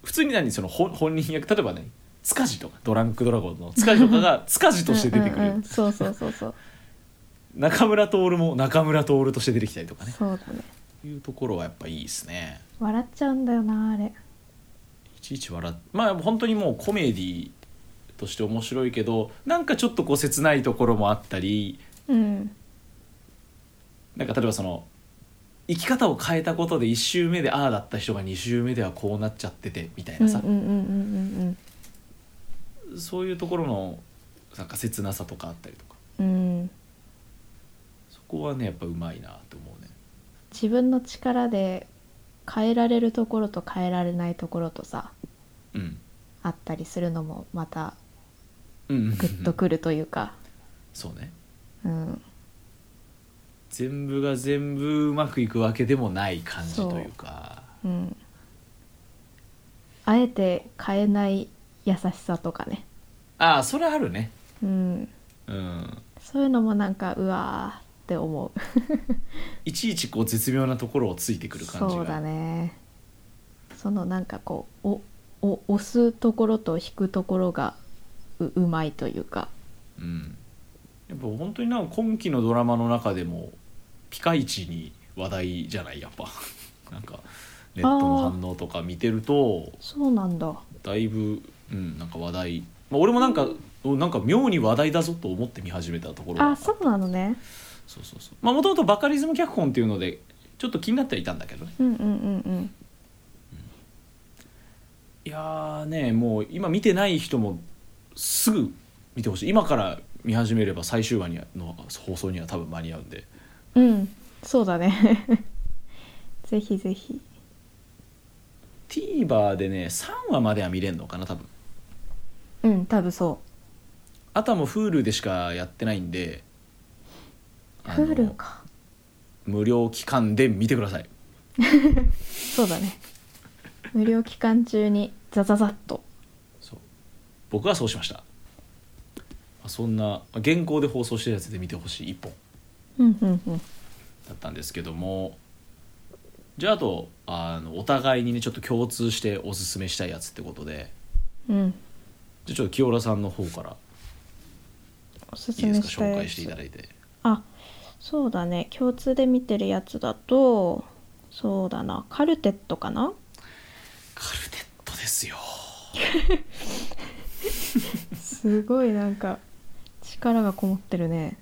[SPEAKER 2] 普通に何その本本人役例えばね塚地とかドランクドラゴンの塚地とか が塚地として出てく
[SPEAKER 1] うんうんうん
[SPEAKER 2] る
[SPEAKER 1] そうそうそうそう
[SPEAKER 2] 中村徹も中村徹として出てきたりとかね
[SPEAKER 1] そうだね
[SPEAKER 2] いうところはやっぱいいですね
[SPEAKER 1] 笑っちゃうんだよなあれ
[SPEAKER 2] いちいち笑っまあ本当にもうコメディとして面白いけどなんかちょっとこう切ないところもあったり
[SPEAKER 1] うん
[SPEAKER 2] なんか例えばその生き方を変えたことで1周目でああだった人が2周目ではこうなっちゃっててみたい
[SPEAKER 1] うんうんう
[SPEAKER 2] な
[SPEAKER 1] ん、
[SPEAKER 2] さ
[SPEAKER 1] うん
[SPEAKER 2] そういうところのなんか切なさとかあったりとか
[SPEAKER 1] うんうんうん
[SPEAKER 2] そこはねやっぱうまいなと思うね
[SPEAKER 1] 自分の力で変えられるところと変えられないところとさ
[SPEAKER 2] うん
[SPEAKER 1] あったりするのもまた
[SPEAKER 2] うんうんうん
[SPEAKER 1] グッとくるというか、
[SPEAKER 2] そうね
[SPEAKER 1] うん、
[SPEAKER 2] 全部が全部うまくいくわけでもない感じというか
[SPEAKER 1] うん、あえて変えない優しさとかね、
[SPEAKER 2] ああそれあるね
[SPEAKER 1] うん、
[SPEAKER 2] うん
[SPEAKER 1] そういうのもなんかうわーって思う
[SPEAKER 2] いちいちこう絶妙なところをついてくる感じ
[SPEAKER 1] そうだ
[SPEAKER 2] が
[SPEAKER 1] ねそのなんかこうおお押すところと引くところがううまいというか
[SPEAKER 2] うんやっぱ本当になんか今期のドラマの中でもピカイチに話題じゃないやっぱ なんかネットの反応とか見てると
[SPEAKER 1] そうなんだ
[SPEAKER 2] だいぶうんなんか話題、まあ、俺もなんか、おなんか妙に話題だぞと思って見始めたところが
[SPEAKER 1] あそうなのね
[SPEAKER 2] そうそうそうまあもともとバカリズム脚本っていうのでちょっと気になってはいたんだけどね
[SPEAKER 1] うんうんうん
[SPEAKER 2] いやーねもう今見てない人もすぐ見てほしい今から見始めれば最終話にはの放送には多分間に合うんで
[SPEAKER 1] うんうんそうだ ねぜひぜひ
[SPEAKER 2] TVer でね3話までは見れるのかな多分
[SPEAKER 1] うん多分そ
[SPEAKER 2] あとはもう Hulu でしかやってないんで
[SPEAKER 1] う
[SPEAKER 2] あの
[SPEAKER 1] Hulu か
[SPEAKER 2] 無料期間で見てください
[SPEAKER 1] そうだね無料期間中にザザザッと
[SPEAKER 2] そう僕はそうしましたまあそんなまあ現行で放送してるやつで見てほしい1本
[SPEAKER 1] うんうんうん
[SPEAKER 2] だったんですけどもじゃああとあのお互いにねちょっと共通しておすすめしたいやつってことで
[SPEAKER 1] うん
[SPEAKER 2] じゃあちょっと清良さんの方から
[SPEAKER 1] おす
[SPEAKER 2] い
[SPEAKER 1] す
[SPEAKER 2] いで
[SPEAKER 1] め
[SPEAKER 2] すか
[SPEAKER 1] した
[SPEAKER 2] 紹
[SPEAKER 1] や
[SPEAKER 2] 介していた
[SPEAKER 1] つ
[SPEAKER 2] だいて
[SPEAKER 1] あそうだね共通で見てるやつだとそうだなカルテットかな
[SPEAKER 2] カルテットですよ
[SPEAKER 1] すごいなんか力がこもってるね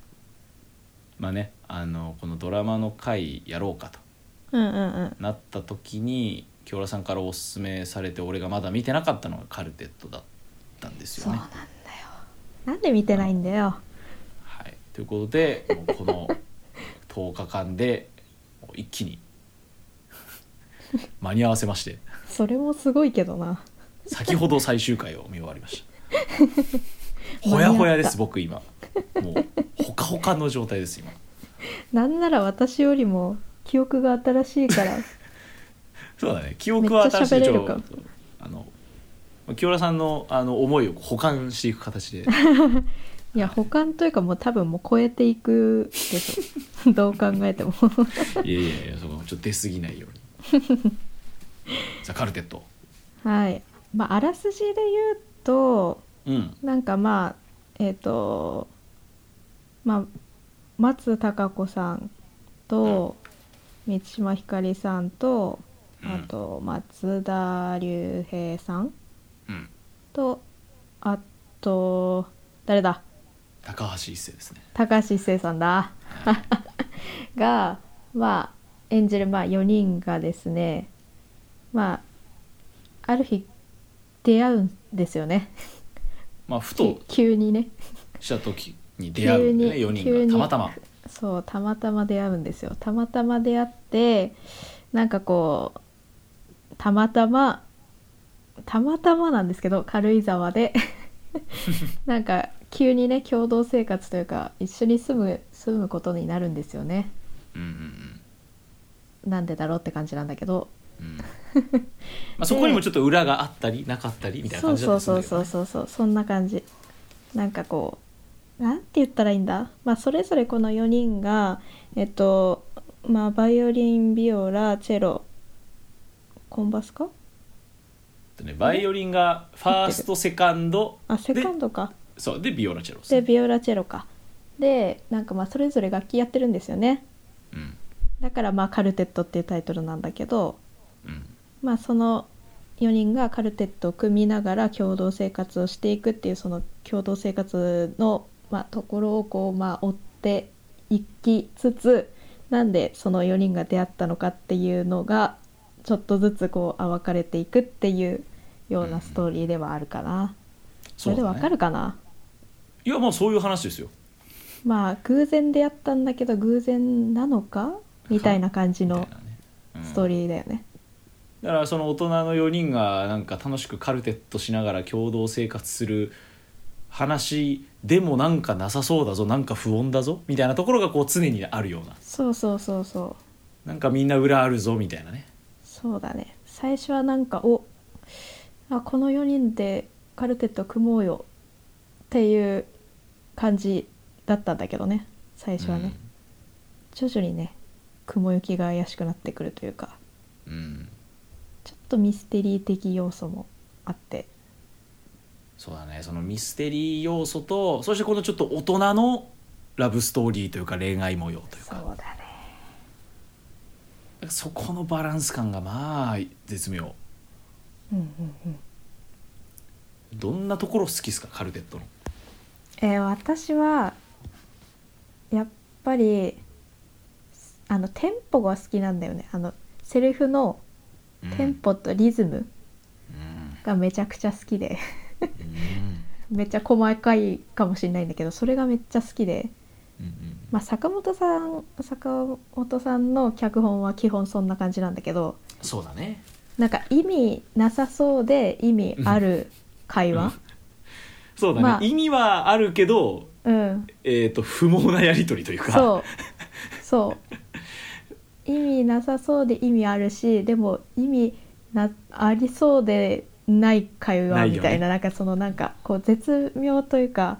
[SPEAKER 2] まあねあのこのドラマの回やろうかと
[SPEAKER 1] うんうんうん
[SPEAKER 2] なった時に清良さんからおすすめされて俺がまだ見てなかったのがカルテットだったんです
[SPEAKER 1] そ
[SPEAKER 2] よ
[SPEAKER 1] う
[SPEAKER 2] ね
[SPEAKER 1] なんだよなんで見てないんだよ
[SPEAKER 2] はい、ということでもうこ の10日間でもう一気に 間に合わせまして
[SPEAKER 1] それもすごいけどな
[SPEAKER 2] 先ほど最終回を見終わりまし
[SPEAKER 1] 間
[SPEAKER 2] たほ
[SPEAKER 1] に合った
[SPEAKER 2] やほやです僕今もうほかほかの状態です今
[SPEAKER 1] なんなら私よりも記憶が新しいから
[SPEAKER 2] そうだね記憶は新しい
[SPEAKER 1] めっちゃ
[SPEAKER 2] ち
[SPEAKER 1] 喋れる
[SPEAKER 2] ょ
[SPEAKER 1] か
[SPEAKER 2] っとあの清良さんのあの思いを補完していく形 で
[SPEAKER 1] いや保管というかもう多分もう超えていくでしょ どう考えても
[SPEAKER 2] いやいやいやそこちょっと出過ぎないようにさあカルテット
[SPEAKER 1] はいまああらすじで言うと
[SPEAKER 2] うん
[SPEAKER 1] なんかまあえっ、とまあ松たか子さんと満島ひかりさんと
[SPEAKER 2] うん
[SPEAKER 1] あと松田龍平さん
[SPEAKER 2] うん
[SPEAKER 1] とあと誰だ
[SPEAKER 2] 高橋一生ですね
[SPEAKER 1] 高橋一生さんだ がまあ演じるまあ4人がですねまあある日出会うんですよね
[SPEAKER 2] まあふと
[SPEAKER 1] 急にね
[SPEAKER 2] した時に出会うんでね
[SPEAKER 1] 急
[SPEAKER 2] 4
[SPEAKER 1] に
[SPEAKER 2] 人がたまたま
[SPEAKER 1] 急そうたまたま出会うんですよたまたま出会ってなんかこうたまたまたまたまなんですけど軽井沢でなんか急にね共同生活というか一緒に住む住むことになるんですよね
[SPEAKER 2] うんうん
[SPEAKER 1] なんでだろうって感じなんだけど
[SPEAKER 2] うん うんまあそこにもちょっと裏があったりなかったりみたいな
[SPEAKER 1] そ
[SPEAKER 2] 感
[SPEAKER 1] う
[SPEAKER 2] じだ
[SPEAKER 1] そ
[SPEAKER 2] っ
[SPEAKER 1] う
[SPEAKER 2] た
[SPEAKER 1] そ
[SPEAKER 2] り
[SPEAKER 1] う
[SPEAKER 2] する
[SPEAKER 1] そ
[SPEAKER 2] ん
[SPEAKER 1] うそう
[SPEAKER 2] だよね
[SPEAKER 1] そうそんな感じなんかこうなんて言ったらいいんだまあそれぞれこの4人がえっとまあバイオリンビオラチェロコンバスか
[SPEAKER 2] でねバイオリンがファーストセカンド
[SPEAKER 1] あセカン
[SPEAKER 2] で
[SPEAKER 1] ドか
[SPEAKER 2] そうでビオラチェロです
[SPEAKER 1] で
[SPEAKER 2] ね
[SPEAKER 1] ビオラチェロかでなんかまあそれぞれ楽器やってるんですよね
[SPEAKER 2] うん
[SPEAKER 1] だからまあカルテットっていうタイトルなんだけど
[SPEAKER 2] うん
[SPEAKER 1] まあその4人がカルテットを組みながら共同生活をしていくっていうその共同生活の、まあ、ところをこう、まあ、追っていきつつなんでその4人が出会ったのかっていうのがちょっとずつこう暴かれていくっていうようなストーリーではあるかな、それで
[SPEAKER 2] だ
[SPEAKER 1] わ
[SPEAKER 2] ね
[SPEAKER 1] かるかない
[SPEAKER 2] やもうそういう話ですよ
[SPEAKER 1] まあ偶然出会ったんだけど偶然なのかみたいな感じ
[SPEAKER 2] みた
[SPEAKER 1] の
[SPEAKER 2] いなねうん
[SPEAKER 1] ストーリーだよね。
[SPEAKER 2] だからその大人の4人がなんか楽しくカルテットしながら共同生活する話でもなんかなさそうだぞなんか不穏だぞみたいなところがこう常にあるような
[SPEAKER 1] そうそうそうそう
[SPEAKER 2] なんかみんな裏あるぞみたいなね
[SPEAKER 1] そうだね最初はなんかおあこの4人でカルテット組もうよっていう感じだったんだけどね最初はね、徐々にね雲行きが怪しくなってくるというか
[SPEAKER 2] うん、うん、
[SPEAKER 1] ちょっとミステリー的要素もあって
[SPEAKER 2] そうだねそのミステリー要素とそしてこのちょっと大人のラブストーリーというか恋愛模様という
[SPEAKER 1] そう
[SPEAKER 2] か
[SPEAKER 1] だね
[SPEAKER 2] そこのバランス感がまあ絶妙
[SPEAKER 1] うんうんうん
[SPEAKER 2] どんなところ好きですかカルテットの
[SPEAKER 1] えー私はやっぱりあのテンポが好きなんだよねあのセリフの
[SPEAKER 2] うん
[SPEAKER 1] テンポとリズム
[SPEAKER 2] うん
[SPEAKER 1] がめちゃくちゃ好きで
[SPEAKER 2] うん
[SPEAKER 1] めっちゃ細かいかもしれないんだけどそれがめっちゃ好きで、
[SPEAKER 2] うん
[SPEAKER 1] まあ、坂本さん坂本さんの脚本は基本そんな感じなんだけど
[SPEAKER 2] そうだね
[SPEAKER 1] なんか意味なさそうで意味ある会話、
[SPEAKER 2] そうだね、
[SPEAKER 1] まあ
[SPEAKER 2] 意味はあるけど
[SPEAKER 1] うん、
[SPEAKER 2] えっ、と不毛なやり取りというか
[SPEAKER 1] そうそう意味なさそうで意味あるしでも意味なありそうでない会
[SPEAKER 2] な
[SPEAKER 1] 話
[SPEAKER 2] いよね
[SPEAKER 1] みたいななんかそのなんかこう絶妙というか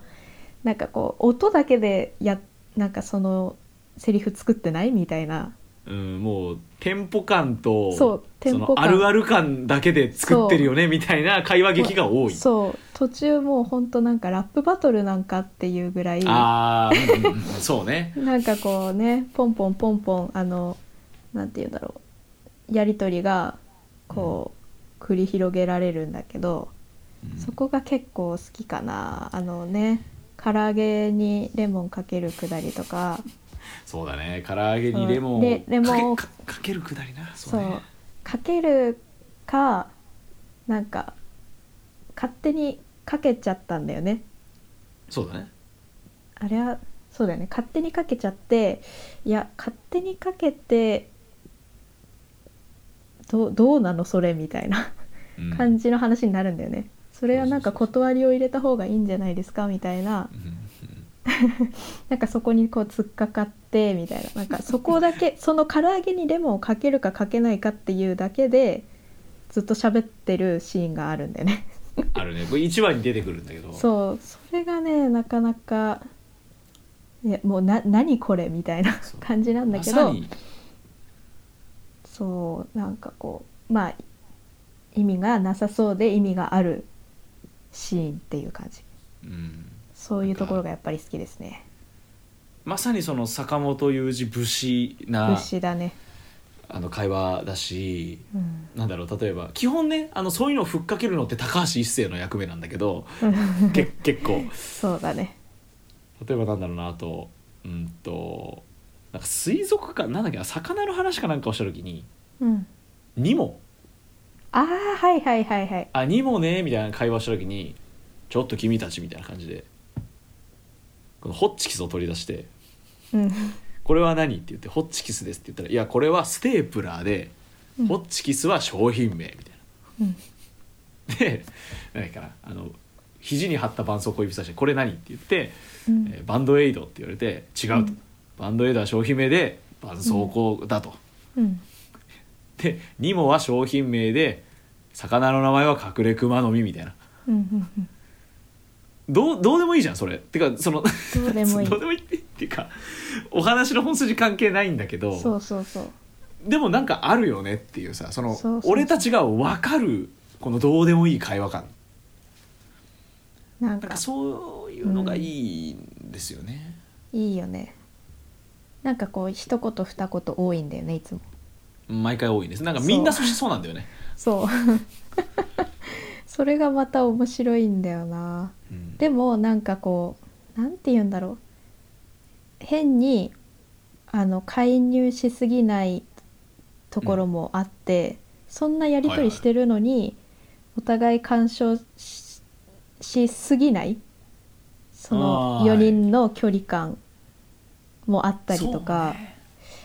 [SPEAKER 1] なんかこう音だけでやなんかそのセリフ作ってないみたいな
[SPEAKER 2] うん、もうテンポ感と
[SPEAKER 1] そうテンポ感
[SPEAKER 2] そのあるある感だけで作ってるよねみたいな会話劇が多い
[SPEAKER 1] そう途中もうほんとなんかラップバトルなんかっていうぐらい
[SPEAKER 2] ああ、うんうんうんそうね
[SPEAKER 1] なんかこうねポンポンポンポンあのなんて言うんだろうやり取りがこう繰り広げられるんだけど、そこが結構好きかなあのね唐揚げにレモンかけるくだりとか
[SPEAKER 2] そうだね唐揚げにレモン
[SPEAKER 1] そうでレモンを
[SPEAKER 2] かけかかけるくだりなそ,、
[SPEAKER 1] そうう,、
[SPEAKER 2] ね、
[SPEAKER 1] かけるかなんか勝手にかけちゃったんだよね
[SPEAKER 2] そうだね
[SPEAKER 1] あれはそうだよね勝手にかけちゃっていや勝手にかけてどうどうなのそれみたいな
[SPEAKER 2] うん
[SPEAKER 1] 感じの話になるんだよね、それはなんか
[SPEAKER 2] そうそう
[SPEAKER 1] 断りを入れた方がいいんじゃないですかみたいな
[SPEAKER 2] うんうん
[SPEAKER 1] なんかそこにこう突っかかってみたいななんかそこだ けその唐揚げにレモンをかけるかかけないかっていうだけでずっと喋ってるシーンがあるんだよね
[SPEAKER 2] あるねこれ1話に出てくるんだけど
[SPEAKER 1] そうそれがねなかなかいやもうな何これみたいな
[SPEAKER 2] そう
[SPEAKER 1] 感じなんだけ
[SPEAKER 2] まさ
[SPEAKER 1] ど
[SPEAKER 2] に
[SPEAKER 1] そうなんかこうまあ意味がなさそうで意味があるシーンっていう感じ
[SPEAKER 2] うん
[SPEAKER 1] そういうところがやっぱり好きですね
[SPEAKER 2] まさにその坂本雄二武士な
[SPEAKER 1] 物資だね
[SPEAKER 2] あの会話だし
[SPEAKER 1] うん
[SPEAKER 2] なんだろう例えば基本ねあのそういうのをふっかけるのって高橋一生の役目なんだけ どけ結構
[SPEAKER 1] そうだね
[SPEAKER 2] 例えばなんだろうなあとうんとなんか水族館なんだっけな魚の話かなんかをした時に
[SPEAKER 1] うん
[SPEAKER 2] 「にも
[SPEAKER 1] ああはいはいはいはい
[SPEAKER 2] あにもね」みたいな会話した時に「ちょっと君たち」みたいな感じでこのホッチキスを取り出して
[SPEAKER 1] うん
[SPEAKER 2] 「これは何?」って言って「ホッチキスです」って言ったら「いやこれはステープラーで
[SPEAKER 1] うん
[SPEAKER 2] ホッチキスは商品名」みたいな。
[SPEAKER 1] うん
[SPEAKER 2] で何かなあの肘に貼った絆創膏を指さして「これ何?」って言って、
[SPEAKER 1] うん
[SPEAKER 2] えーバンドエイド」って言われて「違う」と、
[SPEAKER 1] うん
[SPEAKER 2] バンドエイドは商品名で絆創膏だと」
[SPEAKER 1] うん
[SPEAKER 2] で「ニモは商品名で魚の名前は隠れ熊の実」みたいな
[SPEAKER 1] うんうんうん
[SPEAKER 2] どうどうでもいいじゃんそれってかその
[SPEAKER 1] どうでもいい
[SPEAKER 2] どうでもいいってっていうかお話の本筋関係ないんだけ
[SPEAKER 1] そ
[SPEAKER 2] ど
[SPEAKER 1] うそうそう
[SPEAKER 2] でもなんかあるよねっていうさその
[SPEAKER 1] そうそうそう
[SPEAKER 2] 俺たちが分かるこのどうでもいい会話感
[SPEAKER 1] なん
[SPEAKER 2] なん
[SPEAKER 1] か
[SPEAKER 2] かそういうのがいいんですよね。
[SPEAKER 1] いいよねなんかこう一言二言多いんだよねいつも
[SPEAKER 2] 毎回多いんですなんかみんなそしてそうなんだよね、
[SPEAKER 1] そうそれがまた面白いんだよな
[SPEAKER 2] うん
[SPEAKER 1] でもなんかこうなんて言うんだろう変にあの介入しすぎないところもあって、そんなやり取りしてるのに、お互い干渉ししすぎないそ
[SPEAKER 2] あ
[SPEAKER 1] の
[SPEAKER 2] ー
[SPEAKER 1] 4人の距離感もあったりとか、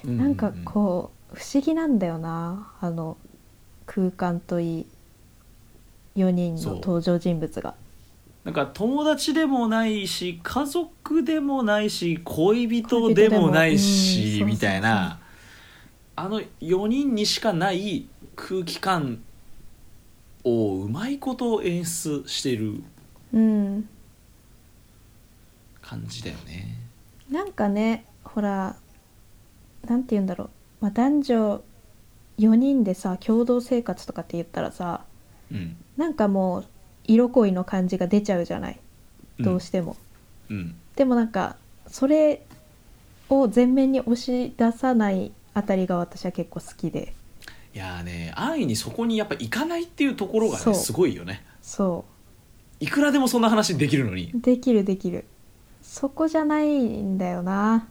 [SPEAKER 2] そうね
[SPEAKER 1] なんか
[SPEAKER 2] う
[SPEAKER 1] こう不思議なんだよなあの空間といい4人の
[SPEAKER 2] そう
[SPEAKER 1] 登場人物が。
[SPEAKER 2] んなんか友達でもないし家族でもないし恋人でもない
[SPEAKER 1] 恋人で
[SPEAKER 2] し
[SPEAKER 1] もうん
[SPEAKER 2] みたいなあの4人にしかない空気感をうまいこと演出してる
[SPEAKER 1] うん
[SPEAKER 2] 感じだよね。
[SPEAKER 1] なんかねほらなんて言うんだろう、まあ、男女4人でさ共同生活とかって言ったらさ
[SPEAKER 2] うん、
[SPEAKER 1] なんかもう色恋の感じが出ちゃうじゃないどうしても、
[SPEAKER 2] うん
[SPEAKER 1] でもなんかそれを前面に押し出さないあたりが私は結構好きで
[SPEAKER 2] いやーね安易にそこにやっぱ行かないっていうところが
[SPEAKER 1] そ
[SPEAKER 2] ね
[SPEAKER 1] う
[SPEAKER 2] すごいよね
[SPEAKER 1] そ
[SPEAKER 2] いくらでもそんな話できるのに
[SPEAKER 1] うできるできるそこじゃないんだよな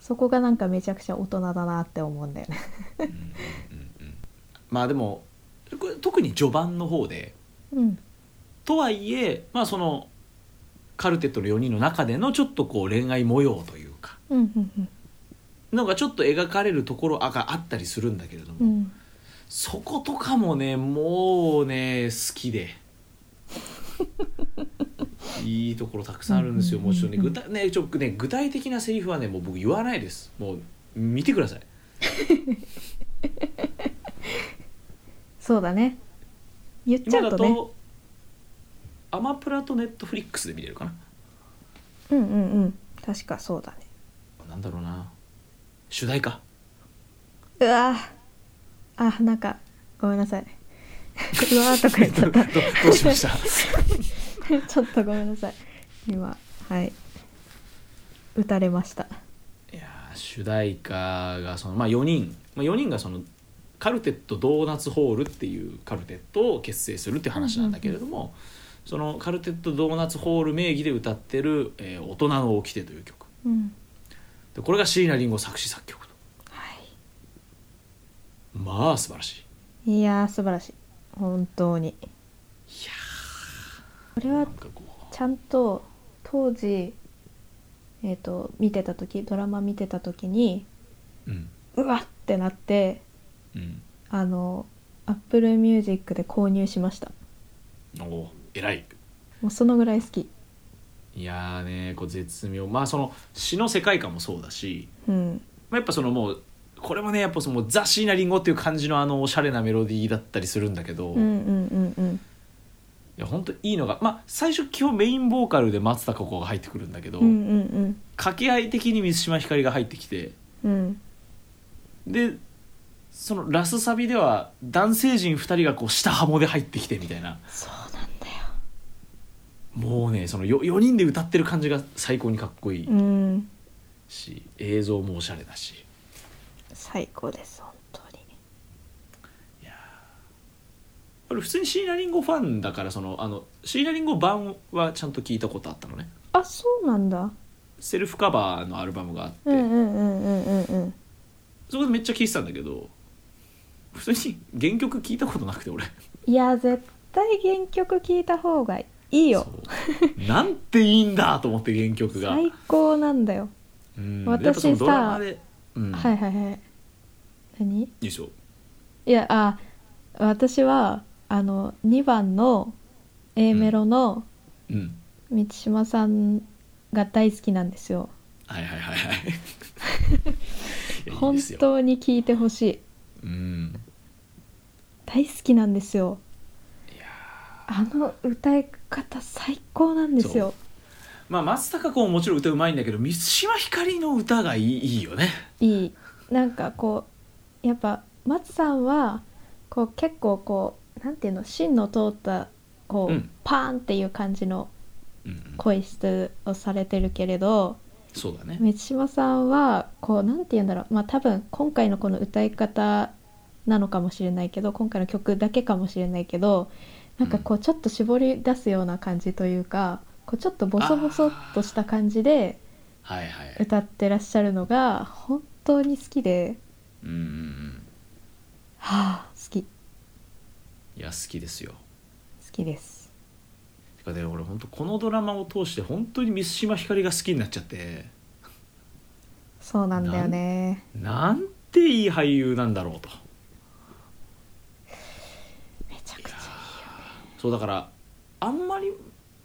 [SPEAKER 1] そこがなんかめちゃくちゃ大人だなって思うんだよね
[SPEAKER 2] まあでもこれ特に序盤の方で
[SPEAKER 1] うん
[SPEAKER 2] とはいえまあそのカルテットの4人の中でのちょっとこう恋愛模様というか
[SPEAKER 1] うんうんうん
[SPEAKER 2] のがちょっと描かれるところあがあったりするんだけれども、
[SPEAKER 1] うん
[SPEAKER 2] そことかもねもうね好きでいいところたくさんあるんですよもうちょっとね
[SPEAKER 1] うんうん
[SPEAKER 2] 具体ねちょっとね具体的なセリフはねもう僕言わないですもう見てください
[SPEAKER 1] そうだね言っち
[SPEAKER 2] 今
[SPEAKER 1] ゃう
[SPEAKER 2] だ
[SPEAKER 1] と
[SPEAKER 2] と
[SPEAKER 1] ね
[SPEAKER 2] アマプラとネットフリックスで見れるかな
[SPEAKER 1] うんうんうん確かそうだね
[SPEAKER 2] なんだろうな主題歌
[SPEAKER 1] うわーあなんかごめんなさいうわーとか言っちゃった
[SPEAKER 2] どどうしました
[SPEAKER 1] ちょっとごめんなさい今はい打たれました
[SPEAKER 2] いやー主題歌がその、まあ、4人、まあ、4人がそのカルテットドーナツホールっていうカルテットを結成するっていう話なんだけれども、そのカルテットドーナツホール名義で歌ってる「えー大人の起きて」という曲
[SPEAKER 1] うん
[SPEAKER 2] でこれが椎名林檎作詞作曲と
[SPEAKER 1] は
[SPEAKER 2] まあ素晴らしい
[SPEAKER 1] いいやー素晴らしい本当にこれ
[SPEAKER 2] なん
[SPEAKER 1] は
[SPEAKER 2] かこ
[SPEAKER 1] ちゃんと当時えっ、と見てた時ドラマ見てた時に
[SPEAKER 2] ううん
[SPEAKER 1] うわってなって
[SPEAKER 2] うん
[SPEAKER 1] あのアップルミュージックで購入しました
[SPEAKER 2] おー偉い
[SPEAKER 1] もうそのぐらい好き
[SPEAKER 2] いやーねこう絶妙まあその詩の世界観もそうだし
[SPEAKER 1] うん
[SPEAKER 2] まあ、やっぱそのもうこれもねやっぱそのザ・シーナリンゴっていう感じのあのおしゃれなメロディーだったりするんだけど、
[SPEAKER 1] うん
[SPEAKER 2] い
[SPEAKER 1] うんうんうん
[SPEAKER 2] や本当いいのが、まあ、最初基本メインボーカルで松たか子が入ってくるんだけど、
[SPEAKER 1] うんうん
[SPEAKER 2] 掛け合い的に水島ひかりが入ってきて
[SPEAKER 1] うんうん
[SPEAKER 2] でそのラスサビでは男性陣2人がこう下ハモで入ってきてみたいな
[SPEAKER 1] そうなんだよ
[SPEAKER 2] もうねその 4, 4人で歌ってる感じが最高にかっこいい
[SPEAKER 1] うん
[SPEAKER 2] し、映像もおしゃれだし
[SPEAKER 1] 最高です本当に
[SPEAKER 2] 俺普通にシーナリンゴファンだからそのあのシーナリンゴ版はちゃんと聞いたことあったのね
[SPEAKER 1] あそうなんだ
[SPEAKER 2] セルフカバーのアルバムがあって、
[SPEAKER 1] うんうんうんうんうんうん
[SPEAKER 2] そこでめっちゃ聴いてたんだけど普通に原曲聴いたことなくて俺
[SPEAKER 1] いや絶対原曲聴いた方がいいよ
[SPEAKER 2] そうなんていいんだと思って原曲が、
[SPEAKER 1] 最高なんだよ、
[SPEAKER 2] うん
[SPEAKER 1] 私
[SPEAKER 2] やっぱそのドラマで、うん、
[SPEAKER 1] はいいはいはい何い
[SPEAKER 2] いでしょ
[SPEAKER 1] やあ私はあの2番の A メロの
[SPEAKER 2] うん
[SPEAKER 1] 満島さんが大好きなんですよ、
[SPEAKER 2] はいはいはいはい いやいい
[SPEAKER 1] 本
[SPEAKER 2] ですよ
[SPEAKER 1] 当に聴いてほしい
[SPEAKER 2] うん
[SPEAKER 1] 大好きなんですよ
[SPEAKER 2] いや
[SPEAKER 1] あの歌い方最高なんですよ
[SPEAKER 2] まあ松たか子ももちろん歌うまいんだけど三島ひかりの歌がいいいいよね
[SPEAKER 1] いいなんかこうやっぱ松さんはこう結構こうなんていうの芯の通ったこう、
[SPEAKER 2] うん
[SPEAKER 1] パーンっていう感じの
[SPEAKER 2] うんうん
[SPEAKER 1] 声質をされてるけれど
[SPEAKER 2] そうだね
[SPEAKER 1] 満島さんはこうなんていうんだろうまあ多分今回のこの歌い方なのかもしれないけど今回の曲だけかもしれないけどなんかこうちょっと絞り出すような感じというかこうちょっとボソボソっとした感じで
[SPEAKER 2] はいはい
[SPEAKER 1] 歌ってらっしゃるのが本当に好きで。
[SPEAKER 2] うんうんうん
[SPEAKER 1] はあ好き好
[SPEAKER 2] いや好きですよ
[SPEAKER 1] きです
[SPEAKER 2] てかね俺本当このドラマを通して本当に三島ひかりが好きになっちゃって
[SPEAKER 1] そうなんだよね
[SPEAKER 2] なんていい俳優なんだろうと
[SPEAKER 1] めちゃくちゃ
[SPEAKER 2] そうだからあんまり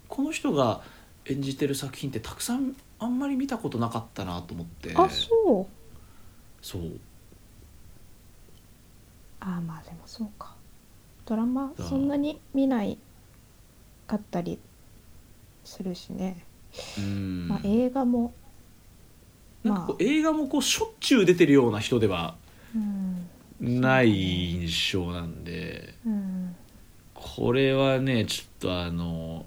[SPEAKER 2] この人が演じてる作品ってたくさんあんまり見たことなかったなと思って
[SPEAKER 1] あそう
[SPEAKER 2] そう
[SPEAKER 1] あまあでもそうかドラマ
[SPEAKER 2] だ
[SPEAKER 1] そんなに見ないかったりするしね、
[SPEAKER 2] うん
[SPEAKER 1] まあ、映画も
[SPEAKER 2] なんかこう映画もこうしょっちゅう出てるような人では
[SPEAKER 1] うん
[SPEAKER 2] ない印象なんで
[SPEAKER 1] うん
[SPEAKER 2] これはねちょっとあの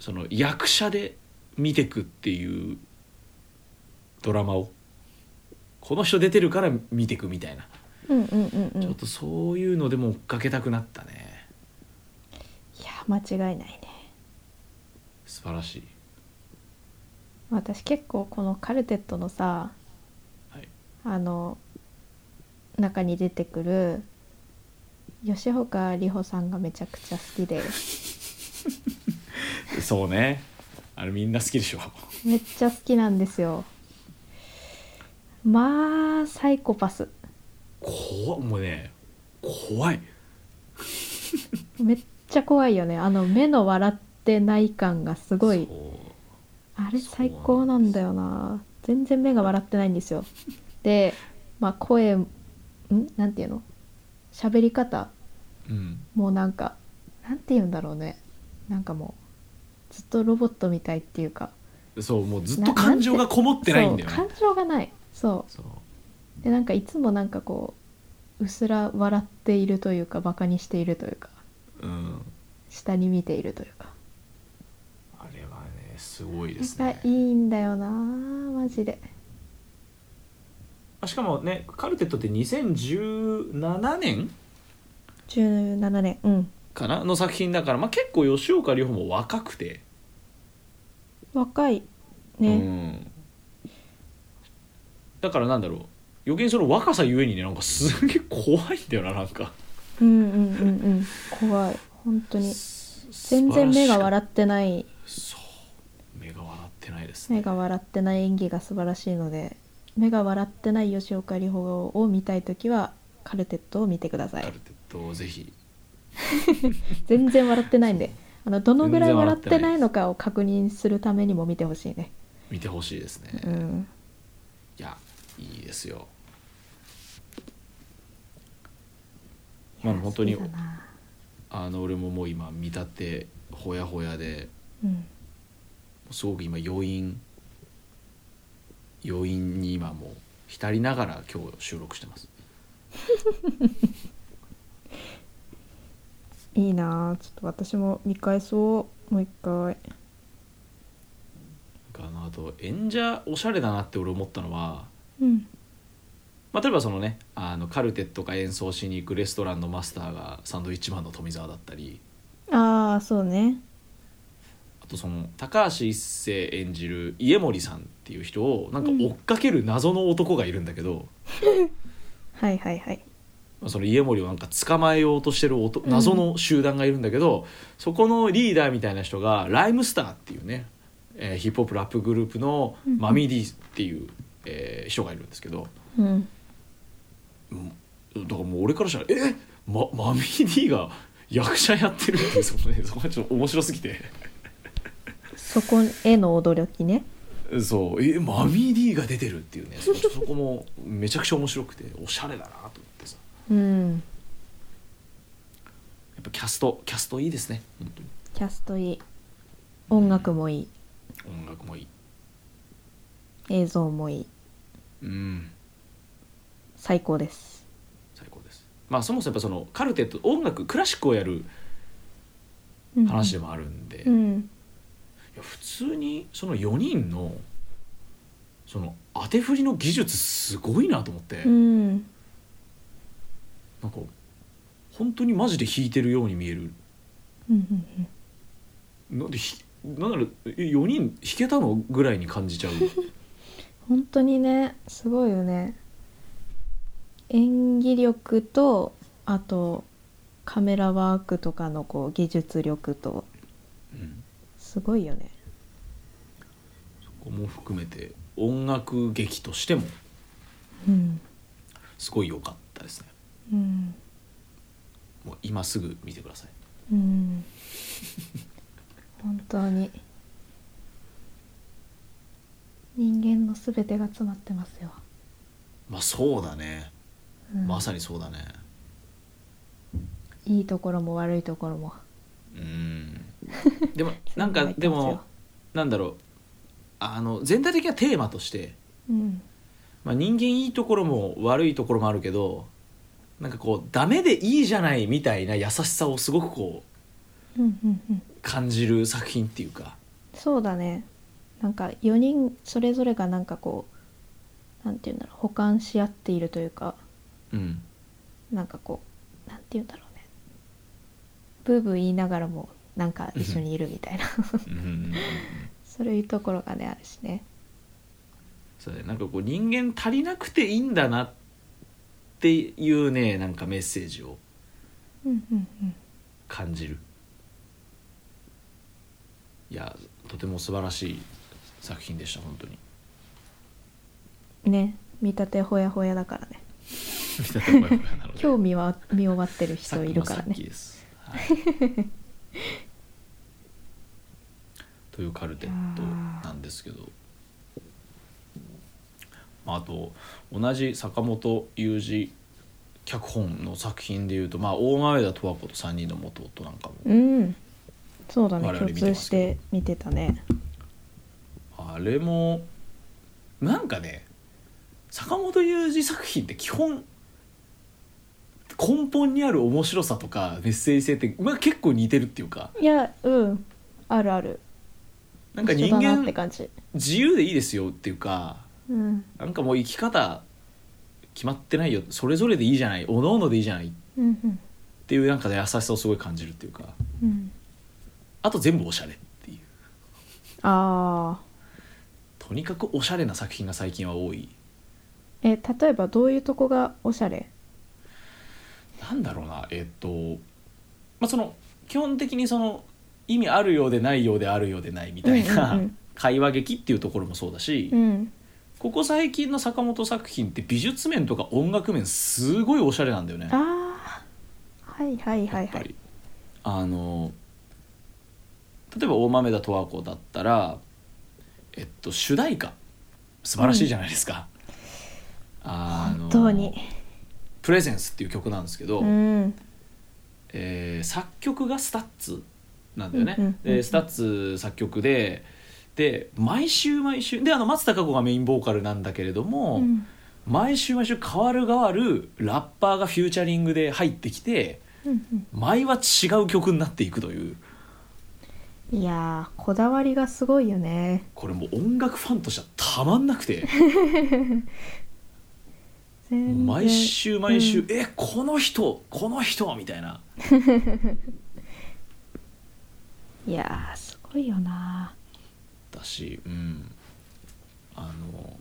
[SPEAKER 2] その役者で見てくっていうドラマをこの人出てるから見てくみたいな、
[SPEAKER 1] うんうんうんうん
[SPEAKER 2] ちょっとそういうのでも追っかけたくなったね
[SPEAKER 1] いや間違いないね
[SPEAKER 2] 素晴らしい
[SPEAKER 1] 私結構このカルテットのさ、
[SPEAKER 2] はい
[SPEAKER 1] あの中に出てくる吉岡里帆さんがめちゃくちゃ好き で
[SPEAKER 2] そうねあれみんな好きでしょ
[SPEAKER 1] めっちゃ好きなんですよまあサイコパス
[SPEAKER 2] 怖っもうね怖い
[SPEAKER 1] めっちゃ怖いよねあの目の笑ってない感がすごい
[SPEAKER 2] そう
[SPEAKER 1] あれ最高なんだよな全然目が笑ってないんですよでまあ声んなんていうの喋り方
[SPEAKER 2] うん
[SPEAKER 1] もうなんかなんて言うんだろうねなんかもうずっとロボットみたいっていうか
[SPEAKER 2] そうもうずっ
[SPEAKER 1] な
[SPEAKER 2] と感情がこもってないんだよ
[SPEAKER 1] そう
[SPEAKER 2] ね
[SPEAKER 1] 感情がないそ
[SPEAKER 2] そう
[SPEAKER 1] うでなんかいつもなんかこううすら笑っているというかバカにしているというか
[SPEAKER 2] うん
[SPEAKER 1] 下に見ているというか
[SPEAKER 2] あれはねすごいです
[SPEAKER 1] なん
[SPEAKER 2] ね
[SPEAKER 1] かいいんだよなマジで
[SPEAKER 2] あしかもねカルテットって2017年
[SPEAKER 1] 17年うん
[SPEAKER 2] かなの作品だから、まあ、結構吉岡里帆も若くて、
[SPEAKER 1] 若いうね、
[SPEAKER 2] ん、だからなんだろう余計にその若さゆえにねなんかすげえ怖いんだよななんか
[SPEAKER 1] うん、うんうんうん怖い本当に全
[SPEAKER 2] 全
[SPEAKER 1] 然目が
[SPEAKER 2] っ
[SPEAKER 1] 笑ってない
[SPEAKER 2] そう目が笑ってないですね
[SPEAKER 1] 目が笑ってない演技が素晴らしいので目が笑ってない吉岡里帆を見たい時はカルテットを見てくださ
[SPEAKER 2] カ
[SPEAKER 1] い
[SPEAKER 2] ルテットをぜひ
[SPEAKER 1] 全然笑ってないんであのどのぐらい
[SPEAKER 2] 全然
[SPEAKER 1] 笑
[SPEAKER 2] 笑
[SPEAKER 1] っ
[SPEAKER 2] っててない
[SPEAKER 1] ないのかを確認するためにも見てほしいね
[SPEAKER 2] 見てほしいですね、
[SPEAKER 1] う
[SPEAKER 2] い
[SPEAKER 1] ん
[SPEAKER 2] やいいですよまあ本当に
[SPEAKER 1] 好きだな
[SPEAKER 2] あの俺ももう今見立てほやほやで
[SPEAKER 1] うん
[SPEAKER 2] すごく今余韻余韻に今もう浸りながら今日収録してます
[SPEAKER 1] いいなあちょっと私も見返そうもう一回
[SPEAKER 2] なんかあのあと演者おしゃれだなって俺思ったのは、
[SPEAKER 1] うん
[SPEAKER 2] まあ、例えばそのねあのカルテットが演奏しに行くレストランのマスターがサンドウィッチマンの富澤だったり
[SPEAKER 1] ああそうね
[SPEAKER 2] あとその高橋一生演じる家森さんっていう人をなんか追っかける謎の男がいるんだけど、
[SPEAKER 1] はいはいはい
[SPEAKER 2] まあその家森をなんか捕まえようとしてるおと謎の集団がいるんだけど、そこのリーダーみたいな人がライムスターっていうね、えーヒップホップラップグループの
[SPEAKER 1] うん
[SPEAKER 2] マミディっていう、えー人がいるんですけど、
[SPEAKER 1] うん
[SPEAKER 2] うんだからもう俺からしたら「えま、マミディが 役者やってる」っていうそのねそこがちょっと面白すぎて
[SPEAKER 1] そこへの驚きね
[SPEAKER 2] そう「えマミディが出てる」って いうねそそこもめちゃくちゃ面白くておしゃれだなと思ってさ
[SPEAKER 1] うん
[SPEAKER 2] やっぱキャストキャストいいですね本当に
[SPEAKER 1] キャストいい音楽もいい
[SPEAKER 2] 音楽もいい。
[SPEAKER 1] 映像もいい
[SPEAKER 2] うん
[SPEAKER 1] 最高です
[SPEAKER 2] 最高ですまあそもそもやっぱそのカルテット音楽クラシックをやる話でもあるんで、
[SPEAKER 1] う
[SPEAKER 2] い
[SPEAKER 1] ん
[SPEAKER 2] や普通にその4人のその当て振りの技術すごいなと思って、
[SPEAKER 1] うん
[SPEAKER 2] なんか本当にマジで弾いてるように見える
[SPEAKER 1] うん
[SPEAKER 2] なんでひなんだろう4人弾けたのぐらいに感じち ゃう
[SPEAKER 1] 本当にねすごいよね演技力とあとカメラワークとかのこう技術力と
[SPEAKER 2] うん
[SPEAKER 1] すごいよね
[SPEAKER 2] そこも含めて音楽劇としても
[SPEAKER 1] うん、
[SPEAKER 2] すごい良かったですね
[SPEAKER 1] うん
[SPEAKER 2] もう今すぐ見てください
[SPEAKER 1] うん、本当に人間のすべてが詰まってますよ、
[SPEAKER 2] まあそうだね、
[SPEAKER 1] うん
[SPEAKER 2] まさにそうだね
[SPEAKER 1] いいところも悪いところも
[SPEAKER 2] うんで も
[SPEAKER 1] すごい
[SPEAKER 2] なんか
[SPEAKER 1] 入って
[SPEAKER 2] で
[SPEAKER 1] ますよ
[SPEAKER 2] もなんだろうあの全体的なテーマとして、
[SPEAKER 1] うん
[SPEAKER 2] まあ、人間いいところも悪いところもあるけどなんかこうダメでいいじゃないみたいな優しさをすごくこう
[SPEAKER 1] うんうんうん
[SPEAKER 2] 感じる作品っていうか
[SPEAKER 1] そうだねなんか4人それぞれがなんかこうなんて言うんだろう補完し合っているというか
[SPEAKER 2] うん
[SPEAKER 1] なんかこうなんて言うんだろうねブーブー言いながらもなんか一緒にいるみたい な
[SPEAKER 2] うんうんうんうん
[SPEAKER 1] そういうところがねあるしね
[SPEAKER 2] そうだねなんかこう人間足りなくていいんだなっていうねなんかメッセージを
[SPEAKER 1] うんうんうん
[SPEAKER 2] 感じるいやとても素晴らしい作品でした本当に
[SPEAKER 1] ね見立てほやほやだからね興味は見終わってる人いるから
[SPEAKER 2] さっきのさっき
[SPEAKER 1] ね
[SPEAKER 2] です、はいというカルテットなんですけどまあ、あと同じ坂本雄二脚本の作品でいうと、まあ、大豆田十和子と3人の元夫なんかも
[SPEAKER 1] うんそうだね
[SPEAKER 2] 我々
[SPEAKER 1] 共
[SPEAKER 2] 見て
[SPEAKER 1] 通
[SPEAKER 2] ます
[SPEAKER 1] し
[SPEAKER 2] けど
[SPEAKER 1] て見てたね
[SPEAKER 2] あれもなんかね坂本雄二作品って基本根本にある面白さとかメッセージ性って、まあ、結構似てるっていうか
[SPEAKER 1] いやうんあるある
[SPEAKER 2] なんか
[SPEAKER 1] 一緒だ
[SPEAKER 2] 人
[SPEAKER 1] なって
[SPEAKER 2] 間
[SPEAKER 1] 感じ
[SPEAKER 2] 自由でいいですよっていうか
[SPEAKER 1] うん
[SPEAKER 2] なんかもう生き方決まってないよそれぞれでいいじゃないおのおのでいいじゃないっ
[SPEAKER 1] うんうん
[SPEAKER 2] ていうなんか優しさをすごい感じるっていうか
[SPEAKER 1] うん
[SPEAKER 2] あと全部おしゃれっていう
[SPEAKER 1] ああ
[SPEAKER 2] とにかくおしゃれな作品が最近は多い
[SPEAKER 1] え例えばどういうとこがおしゃれ
[SPEAKER 2] なんだろうなえっ、とまあその基本的にその意味あるようでないようであるようでないみたい
[SPEAKER 1] う
[SPEAKER 2] な、
[SPEAKER 1] んうんうん
[SPEAKER 2] 会話劇っていうところもそうだし、
[SPEAKER 1] うん
[SPEAKER 2] ここ最近の坂本作品って美術面とか音楽面すごいおしゃれなんだよね。
[SPEAKER 1] ああはいはいはい
[SPEAKER 2] やっぱ
[SPEAKER 1] はい
[SPEAKER 2] りあの例えば大豆田十和子だったら、えっと、主題歌素晴らしいじゃないですか。あの
[SPEAKER 1] 本当に
[SPEAKER 2] プレゼンス」っていう曲なんですけど、
[SPEAKER 1] うん
[SPEAKER 2] えー作曲がスタッツなんだよね、
[SPEAKER 1] うんうんうんうん
[SPEAKER 2] でスタッツ作曲でで毎週毎週であの松たか子がメインボーカルなんだけれども、
[SPEAKER 1] うん
[SPEAKER 2] 毎週毎週変わる変わるラッパーがフューチャリングで入ってきて
[SPEAKER 1] うん
[SPEAKER 2] 毎は違う曲になっていくという
[SPEAKER 1] うんいやーこだわりがすごいよね
[SPEAKER 2] これもう音楽ファンとしてはたまんなくて
[SPEAKER 1] 全然
[SPEAKER 2] 毎週毎週
[SPEAKER 1] う
[SPEAKER 2] 「
[SPEAKER 1] ん
[SPEAKER 2] えこの人この人」みたいない
[SPEAKER 1] やーすごいよな
[SPEAKER 2] だし、うん、あの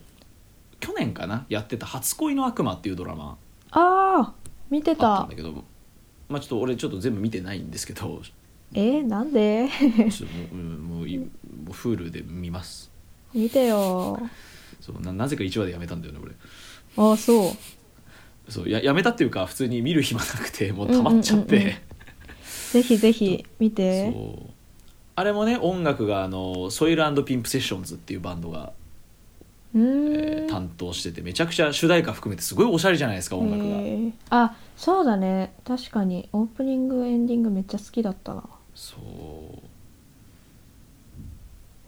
[SPEAKER 2] 去年かなやってた「初恋の悪魔」っていうドラマ
[SPEAKER 1] あー見て
[SPEAKER 2] あった
[SPEAKER 1] た
[SPEAKER 2] んだけどまあちょっと俺ちょっと全部見てないんですけ ど
[SPEAKER 1] えー、なんで
[SPEAKER 2] ちょっともううんもういもう Hulu で見ます
[SPEAKER 1] 見てよ
[SPEAKER 2] そうななぜか1話でやめたんだよね俺
[SPEAKER 1] ああそう
[SPEAKER 2] そうややめたっていうか普通に見る暇なくてもう溜まっちゃって、
[SPEAKER 1] うんうんぜひぜひ見て
[SPEAKER 2] そうあれもね音楽があのソイルピンプセッションズっていうバンドが、
[SPEAKER 1] う
[SPEAKER 2] え
[SPEAKER 1] ー
[SPEAKER 2] ー
[SPEAKER 1] ん
[SPEAKER 2] 担当しててめちゃくちゃ主題歌含めてすごいおしゃれじゃないですか音楽が、
[SPEAKER 1] えーあそうだね確かにオープニングエンディングめっちゃ好きだったな
[SPEAKER 2] そう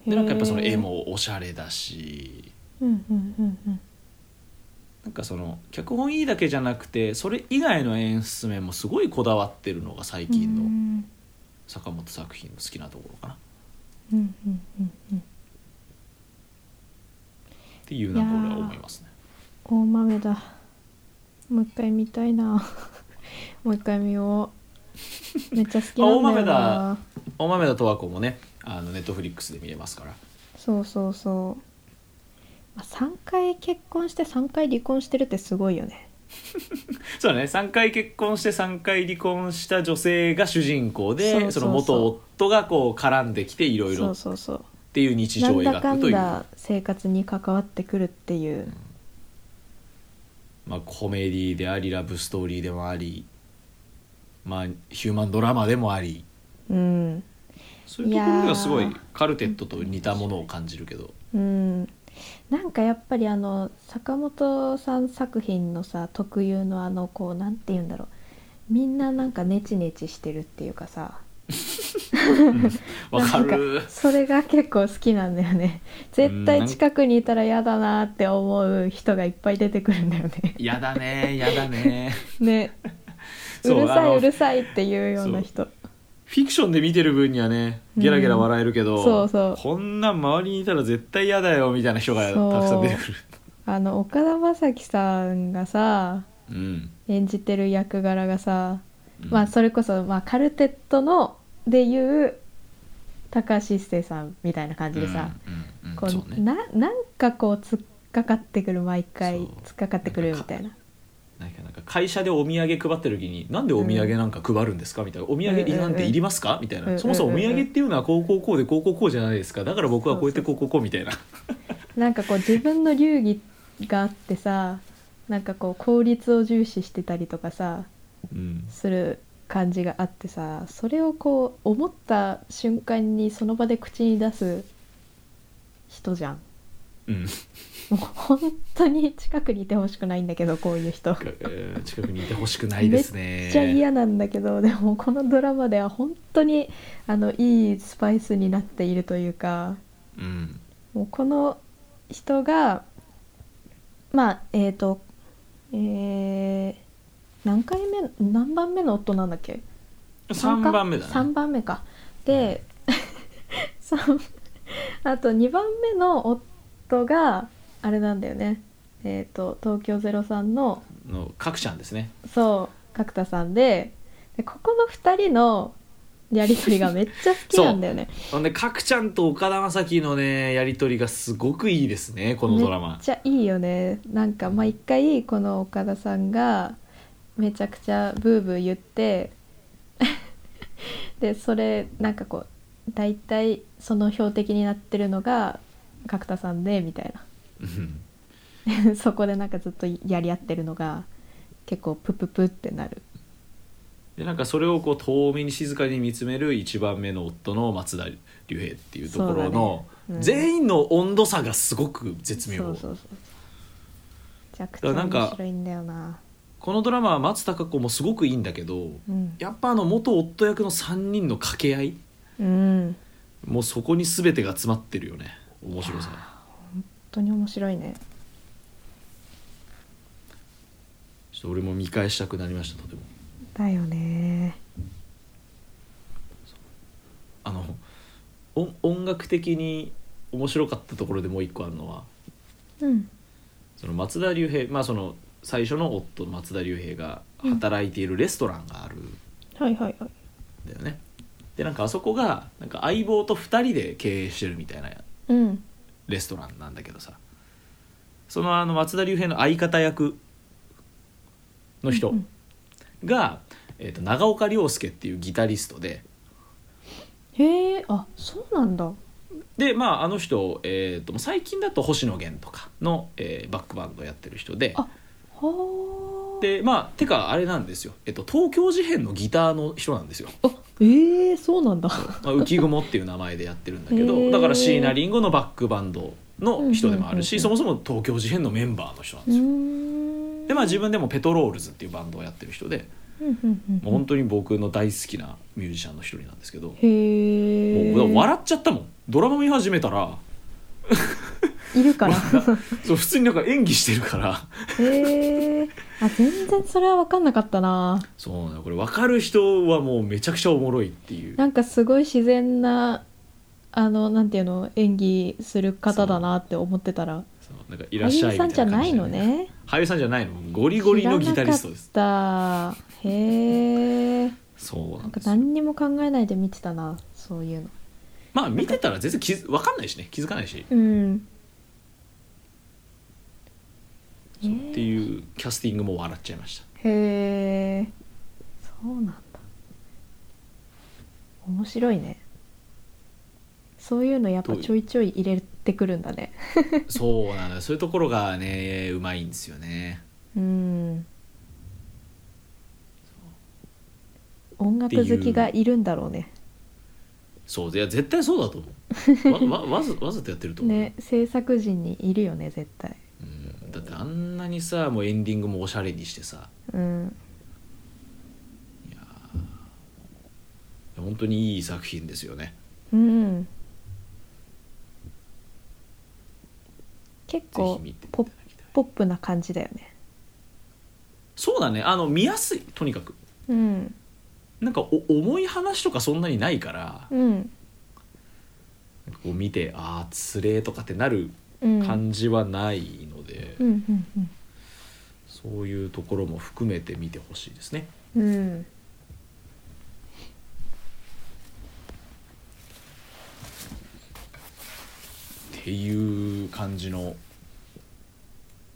[SPEAKER 1] へー
[SPEAKER 2] でなんかやっぱその絵もおしゃれだし
[SPEAKER 1] うんうんうんうん
[SPEAKER 2] なんかその脚本いいだけじゃなくてそれ以外の演出面もすごいこだわってるのが最近
[SPEAKER 1] う
[SPEAKER 2] の
[SPEAKER 1] ん
[SPEAKER 2] 坂本作品の好きなところかなっ
[SPEAKER 1] うんうんうんうん
[SPEAKER 2] ていうなんか俺は思いますね
[SPEAKER 1] 大豆だもう一回見たいな もう一回見ようめっちゃ好きなんだよ
[SPEAKER 2] あ
[SPEAKER 1] な
[SPEAKER 2] 大豆田十和子もねあのネットフリックスで見れますから
[SPEAKER 1] そうそうそうまあ3回結婚して3回離婚してるってすごいよね
[SPEAKER 2] そうだね3回結婚して3回離婚した女性が主人公
[SPEAKER 1] そ
[SPEAKER 2] でそう
[SPEAKER 1] そうそう
[SPEAKER 2] の元夫がこう絡んできていろい
[SPEAKER 1] そ
[SPEAKER 2] ろ
[SPEAKER 1] う
[SPEAKER 2] っ
[SPEAKER 1] そうそう
[SPEAKER 2] ていう日常
[SPEAKER 1] な
[SPEAKER 2] を
[SPEAKER 1] んだか
[SPEAKER 2] 描く
[SPEAKER 1] ん
[SPEAKER 2] という
[SPEAKER 1] だ生活に関わってくるっていう
[SPEAKER 2] まあ、コメディでありラブストーリーでもあり、まあ、ヒューマンドラマでもあり
[SPEAKER 1] うん
[SPEAKER 2] そういうところ
[SPEAKER 1] いや
[SPEAKER 2] が
[SPEAKER 1] ー
[SPEAKER 2] すごいカルテットと似たものを感じるけど
[SPEAKER 1] うん、なんかやっぱりあの坂本さん作品のさ特有のあのこうなんて言うんだろうみんななんかネチネチしてるっていうかさ
[SPEAKER 2] わか
[SPEAKER 1] な
[SPEAKER 2] る
[SPEAKER 1] んそれが結構好きなんだよね絶対近くにいたら嫌だなって思う人がいっぱい出てくるんだよね
[SPEAKER 2] やだねや だね
[SPEAKER 1] ねう
[SPEAKER 2] そう
[SPEAKER 1] るさ
[SPEAKER 2] あの
[SPEAKER 1] いうるさいっていうような人
[SPEAKER 2] フィクションで見てる分にはねゲラゲラ笑えるけど、
[SPEAKER 1] うんそうそう
[SPEAKER 2] こんなん周りにいたら絶対嫌だよみたいな人がたくさん出てくる
[SPEAKER 1] あの岡田将生さんがさ
[SPEAKER 2] う、ん
[SPEAKER 1] 演じてる役柄がさ
[SPEAKER 2] うん
[SPEAKER 1] まあそれこそ、まあ、カルテットのでいう高橋一生さんみたいな感じでさ、
[SPEAKER 2] うんうんうん
[SPEAKER 1] こ
[SPEAKER 2] そう
[SPEAKER 1] う
[SPEAKER 2] ね
[SPEAKER 1] ななんかこう突っかかってくる毎回
[SPEAKER 2] そう
[SPEAKER 1] 突っかかってくるみたいな
[SPEAKER 2] なんかなんか会社でお土産配ってる時になんでお土産なんか配るんですかみたいなお土産なんていりますかみたい
[SPEAKER 1] うんうんう
[SPEAKER 2] なんそもそもお土産っていうのはこうこうこうでこうこうこうじゃないですかだから僕はこうやってこうこうこうみたいな
[SPEAKER 1] なんかこう自分の流儀があってさなんかこう効率を重視してたりとかさ
[SPEAKER 2] うん
[SPEAKER 1] する感じがあってさそれをこう思った瞬間にその場で口に出す人じゃん
[SPEAKER 2] うん
[SPEAKER 1] もう本当に近くにいてほしくないんだけどこういう人。
[SPEAKER 2] えー近くにいてほしくないですね
[SPEAKER 1] めっちゃ嫌なんだけどでもこのドラマでは本当にあのいいスパイスになっているというか
[SPEAKER 2] うん
[SPEAKER 1] もうこの人がまあえっ、とえー何回目何番目の夫なんだっけ
[SPEAKER 2] 3番目だね
[SPEAKER 1] 3番目かで、 三あと2番目の夫があれなんだよねえっ、と東京03の
[SPEAKER 2] の角ちゃんですね
[SPEAKER 1] そう角田さんででここの2人のやり取りがめっちゃ好きなんだよね
[SPEAKER 2] ほんで角ちゃんと岡田将生のねやり取りがすごくいいですねこのドラ
[SPEAKER 1] めっ
[SPEAKER 2] マ
[SPEAKER 1] ちゃいいよねなんか毎回この岡田さんがめちゃくちゃブーブー言って でそれなんかこう大体その標的になってるのが角田さんでみたい
[SPEAKER 2] うん
[SPEAKER 1] な そこでなんかずっとやり合ってるのが結構プププってなる
[SPEAKER 2] でなんかそれをこう遠目に静かに見つめる1番目の夫の松田龍平っていうところ
[SPEAKER 1] そうだ
[SPEAKER 2] の、
[SPEAKER 1] ねうん
[SPEAKER 2] 全員の温度差がすごく絶妙
[SPEAKER 1] そうそうそうめちゃくちゃ
[SPEAKER 2] なんか
[SPEAKER 1] 面白いんだよな
[SPEAKER 2] このドラマは松たか子もすごくいいんだけど
[SPEAKER 1] うん
[SPEAKER 2] やっぱあの元夫役の3人の掛け合い
[SPEAKER 1] うん
[SPEAKER 2] もうそこに全てが詰まってるよね面白さ
[SPEAKER 1] 本当に面白いね
[SPEAKER 2] ちょっと俺も見返したくなりましたとても
[SPEAKER 1] だよね
[SPEAKER 2] あの音音楽的に面白かったところでもう一個あるのは
[SPEAKER 1] うん
[SPEAKER 2] その松田龍平まあその最初の夫の松田龍平が働いているレストランがある、
[SPEAKER 1] はいはいはい
[SPEAKER 2] だよねでなんかあそこがなんか相棒と2人で経営してるみたいな
[SPEAKER 1] うん
[SPEAKER 2] レストランなんだけどさそのあの松田龍平の相方役の人
[SPEAKER 1] うん
[SPEAKER 2] が、えー、と長岡亮介っていうギタリストで
[SPEAKER 1] へえあそうなんだ
[SPEAKER 2] でまああの人、えー、と最近だと星野源とかの、えーバックバンドやってる人で
[SPEAKER 1] あはあ
[SPEAKER 2] でまあてかあれなんですよ、えっと東京事変のギターの人な んですよ
[SPEAKER 1] あええそうなんだ
[SPEAKER 2] まあ、浮雲っていう名前でやってるんだけど、
[SPEAKER 1] へー
[SPEAKER 2] だから椎名林檎のバックバンドの人でもあるし、
[SPEAKER 1] うんうんうんうん
[SPEAKER 2] そもそも東京事変のメンバーの人なん
[SPEAKER 1] う
[SPEAKER 2] ですよ、
[SPEAKER 1] ん
[SPEAKER 2] でまあ自分でもペトロールズっていうバンドをやってる人で、
[SPEAKER 1] うんうんうん
[SPEAKER 2] もう本当に僕の大好きなミュージシャンの一人なんですけど、も
[SPEAKER 1] へえ
[SPEAKER 2] うだから笑っちゃったもんドラマ見始めたら
[SPEAKER 1] いるから
[SPEAKER 2] そう普通になんか演技してるから
[SPEAKER 1] へえあ全然それは分かんなかったな
[SPEAKER 2] そうなんだこれ分かる人はもうめちゃくちゃおもろいっていう
[SPEAKER 1] なんかすごい自然なあのなんていうの演技する方だなって思ってたら
[SPEAKER 2] そうなんかいらっ
[SPEAKER 1] 俳
[SPEAKER 2] しゃ
[SPEAKER 1] 優
[SPEAKER 2] い
[SPEAKER 1] さん
[SPEAKER 2] み
[SPEAKER 1] じ
[SPEAKER 2] た
[SPEAKER 1] ゃ
[SPEAKER 2] いな感
[SPEAKER 1] な
[SPEAKER 2] じ
[SPEAKER 1] い
[SPEAKER 2] で
[SPEAKER 1] のね
[SPEAKER 2] 俳優さんじゃないのゴリゴリのギタリストです
[SPEAKER 1] 知らなかったへえ
[SPEAKER 2] そうな
[SPEAKER 1] なん
[SPEAKER 2] ん
[SPEAKER 1] か
[SPEAKER 2] ですよ
[SPEAKER 1] 何にも考えないで見てたなそういうの
[SPEAKER 2] まあ見てたら全然気づ分かんないしね気づかないし
[SPEAKER 1] うんえ
[SPEAKER 2] そうって
[SPEAKER 1] う
[SPEAKER 2] いうキャスティングも笑っちゃいました
[SPEAKER 1] へえそうなんだ面白いねそういうのやっぱちょいちょい入れてくるんだね
[SPEAKER 2] そうなんだそういうところがねうまいんですよね
[SPEAKER 1] うん音楽好きがいるんだろうね
[SPEAKER 2] そういや絶対そうだと思うわわわざわざとやってると思うよ、
[SPEAKER 1] ね制作陣にいるよね絶対
[SPEAKER 2] うん、だってあんなにさもうエンディングもおしゃれにしてさ
[SPEAKER 1] うん
[SPEAKER 2] 本当にいい作品ですよね
[SPEAKER 1] うん結
[SPEAKER 2] ぜひ
[SPEAKER 1] 構
[SPEAKER 2] 見ていた
[SPEAKER 1] ポ
[SPEAKER 2] だ
[SPEAKER 1] ッ
[SPEAKER 2] きたい
[SPEAKER 1] ポップな感じだよね
[SPEAKER 2] そうだねあの見やすいとにかく
[SPEAKER 1] うん
[SPEAKER 2] なんかお重い話とかそんなにないから、
[SPEAKER 1] うん
[SPEAKER 2] なんかこう見てああつれーとかってなる
[SPEAKER 1] うん
[SPEAKER 2] 感じはないので、
[SPEAKER 1] うんうん
[SPEAKER 2] そういうところも含めて見てほしいですね
[SPEAKER 1] うんうん
[SPEAKER 2] っていう感じの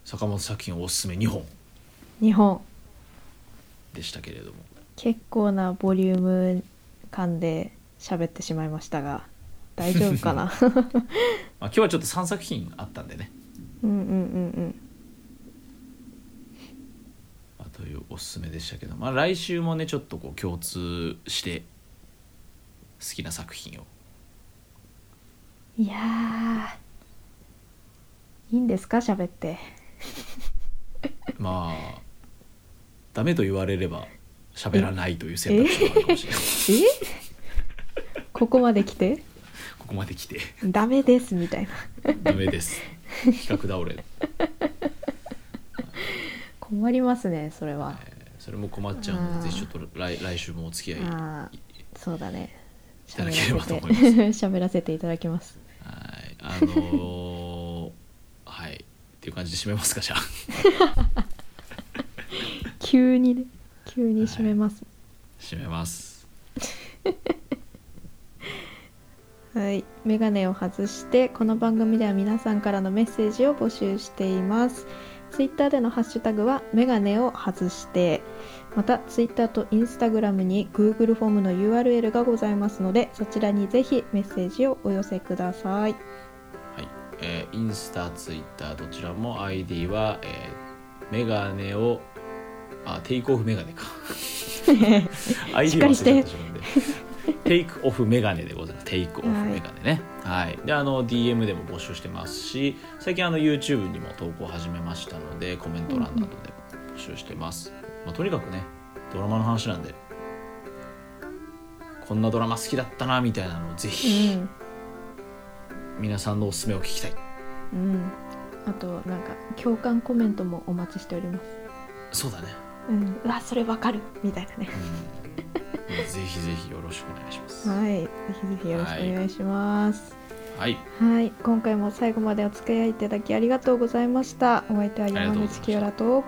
[SPEAKER 2] 坂本作品おすすめ2本
[SPEAKER 1] 日本
[SPEAKER 2] でしたけれども
[SPEAKER 1] 結構なボリューム感で喋ってしまいましたが大丈夫か な
[SPEAKER 2] まあ、今日はちょっと3作品あったんでね、
[SPEAKER 1] うんうんうん
[SPEAKER 2] まあ、というおすすめでしたけど、まあ、来週もねちょっとこう共通して好きな作品を
[SPEAKER 1] うんいやーいいんですか喋って
[SPEAKER 2] まあダメと言われれば喋らないという選択肢もあるかも しれない
[SPEAKER 1] えここまで来て
[SPEAKER 2] ここまで来て
[SPEAKER 1] ダメですみたいな
[SPEAKER 2] ダメです企画倒れ、
[SPEAKER 1] 困りますねそれは、
[SPEAKER 2] えーそれも困っちゃうのでぜひちょっと来来週もお付き合いは
[SPEAKER 1] ああそうだね
[SPEAKER 2] いただければと思います
[SPEAKER 1] 喋らせて喋らせていただきます
[SPEAKER 2] いあのーはいっていう感じで締めますかじゃあ
[SPEAKER 1] 急にね急に締めます
[SPEAKER 2] 締めます
[SPEAKER 1] はい、メガネを外してこの番組では皆さんからのメッセージを募集していますツイッターでのハッシュタグはメガネを外してまたツイッターとインスタグラムに Google フォームの URL がございますのでそちらにぜひメッセージをお寄せくださ い
[SPEAKER 2] はい、えーインスタツイッターどちらも ID は、えーメガネをあテイクオフメガネか ID 忘れちゃってしまうんで テイクオフメガネでございますテイクオフメガネねはい、であの DM でも募集してますし最近あの YouTube にも投稿始めましたのでコメント欄などでも募集してます、まあ、とにかくねドラマの話なんでこんなドラマ好きだったなみたいなのをぜひ皆さんのおすすめを聞きたい
[SPEAKER 1] うん、うん、あとなんか共感コメントもお待ちしております
[SPEAKER 2] そうだね
[SPEAKER 1] うん、うわそれわかるみたい なね
[SPEAKER 2] うん ぜひぜひよろしくお願いします。は
[SPEAKER 1] はいぜひぜひよろしくお願いします、
[SPEAKER 2] い、
[SPEAKER 1] はい、今回も最後までお付き合いいただきありがとうございました。お相手は山口清良と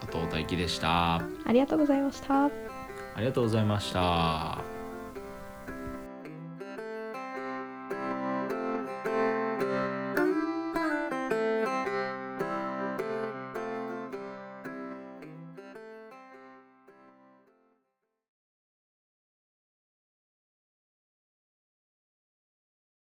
[SPEAKER 2] 加藤大輝でした。あ
[SPEAKER 1] ありがとうございました。
[SPEAKER 2] りがとうございました。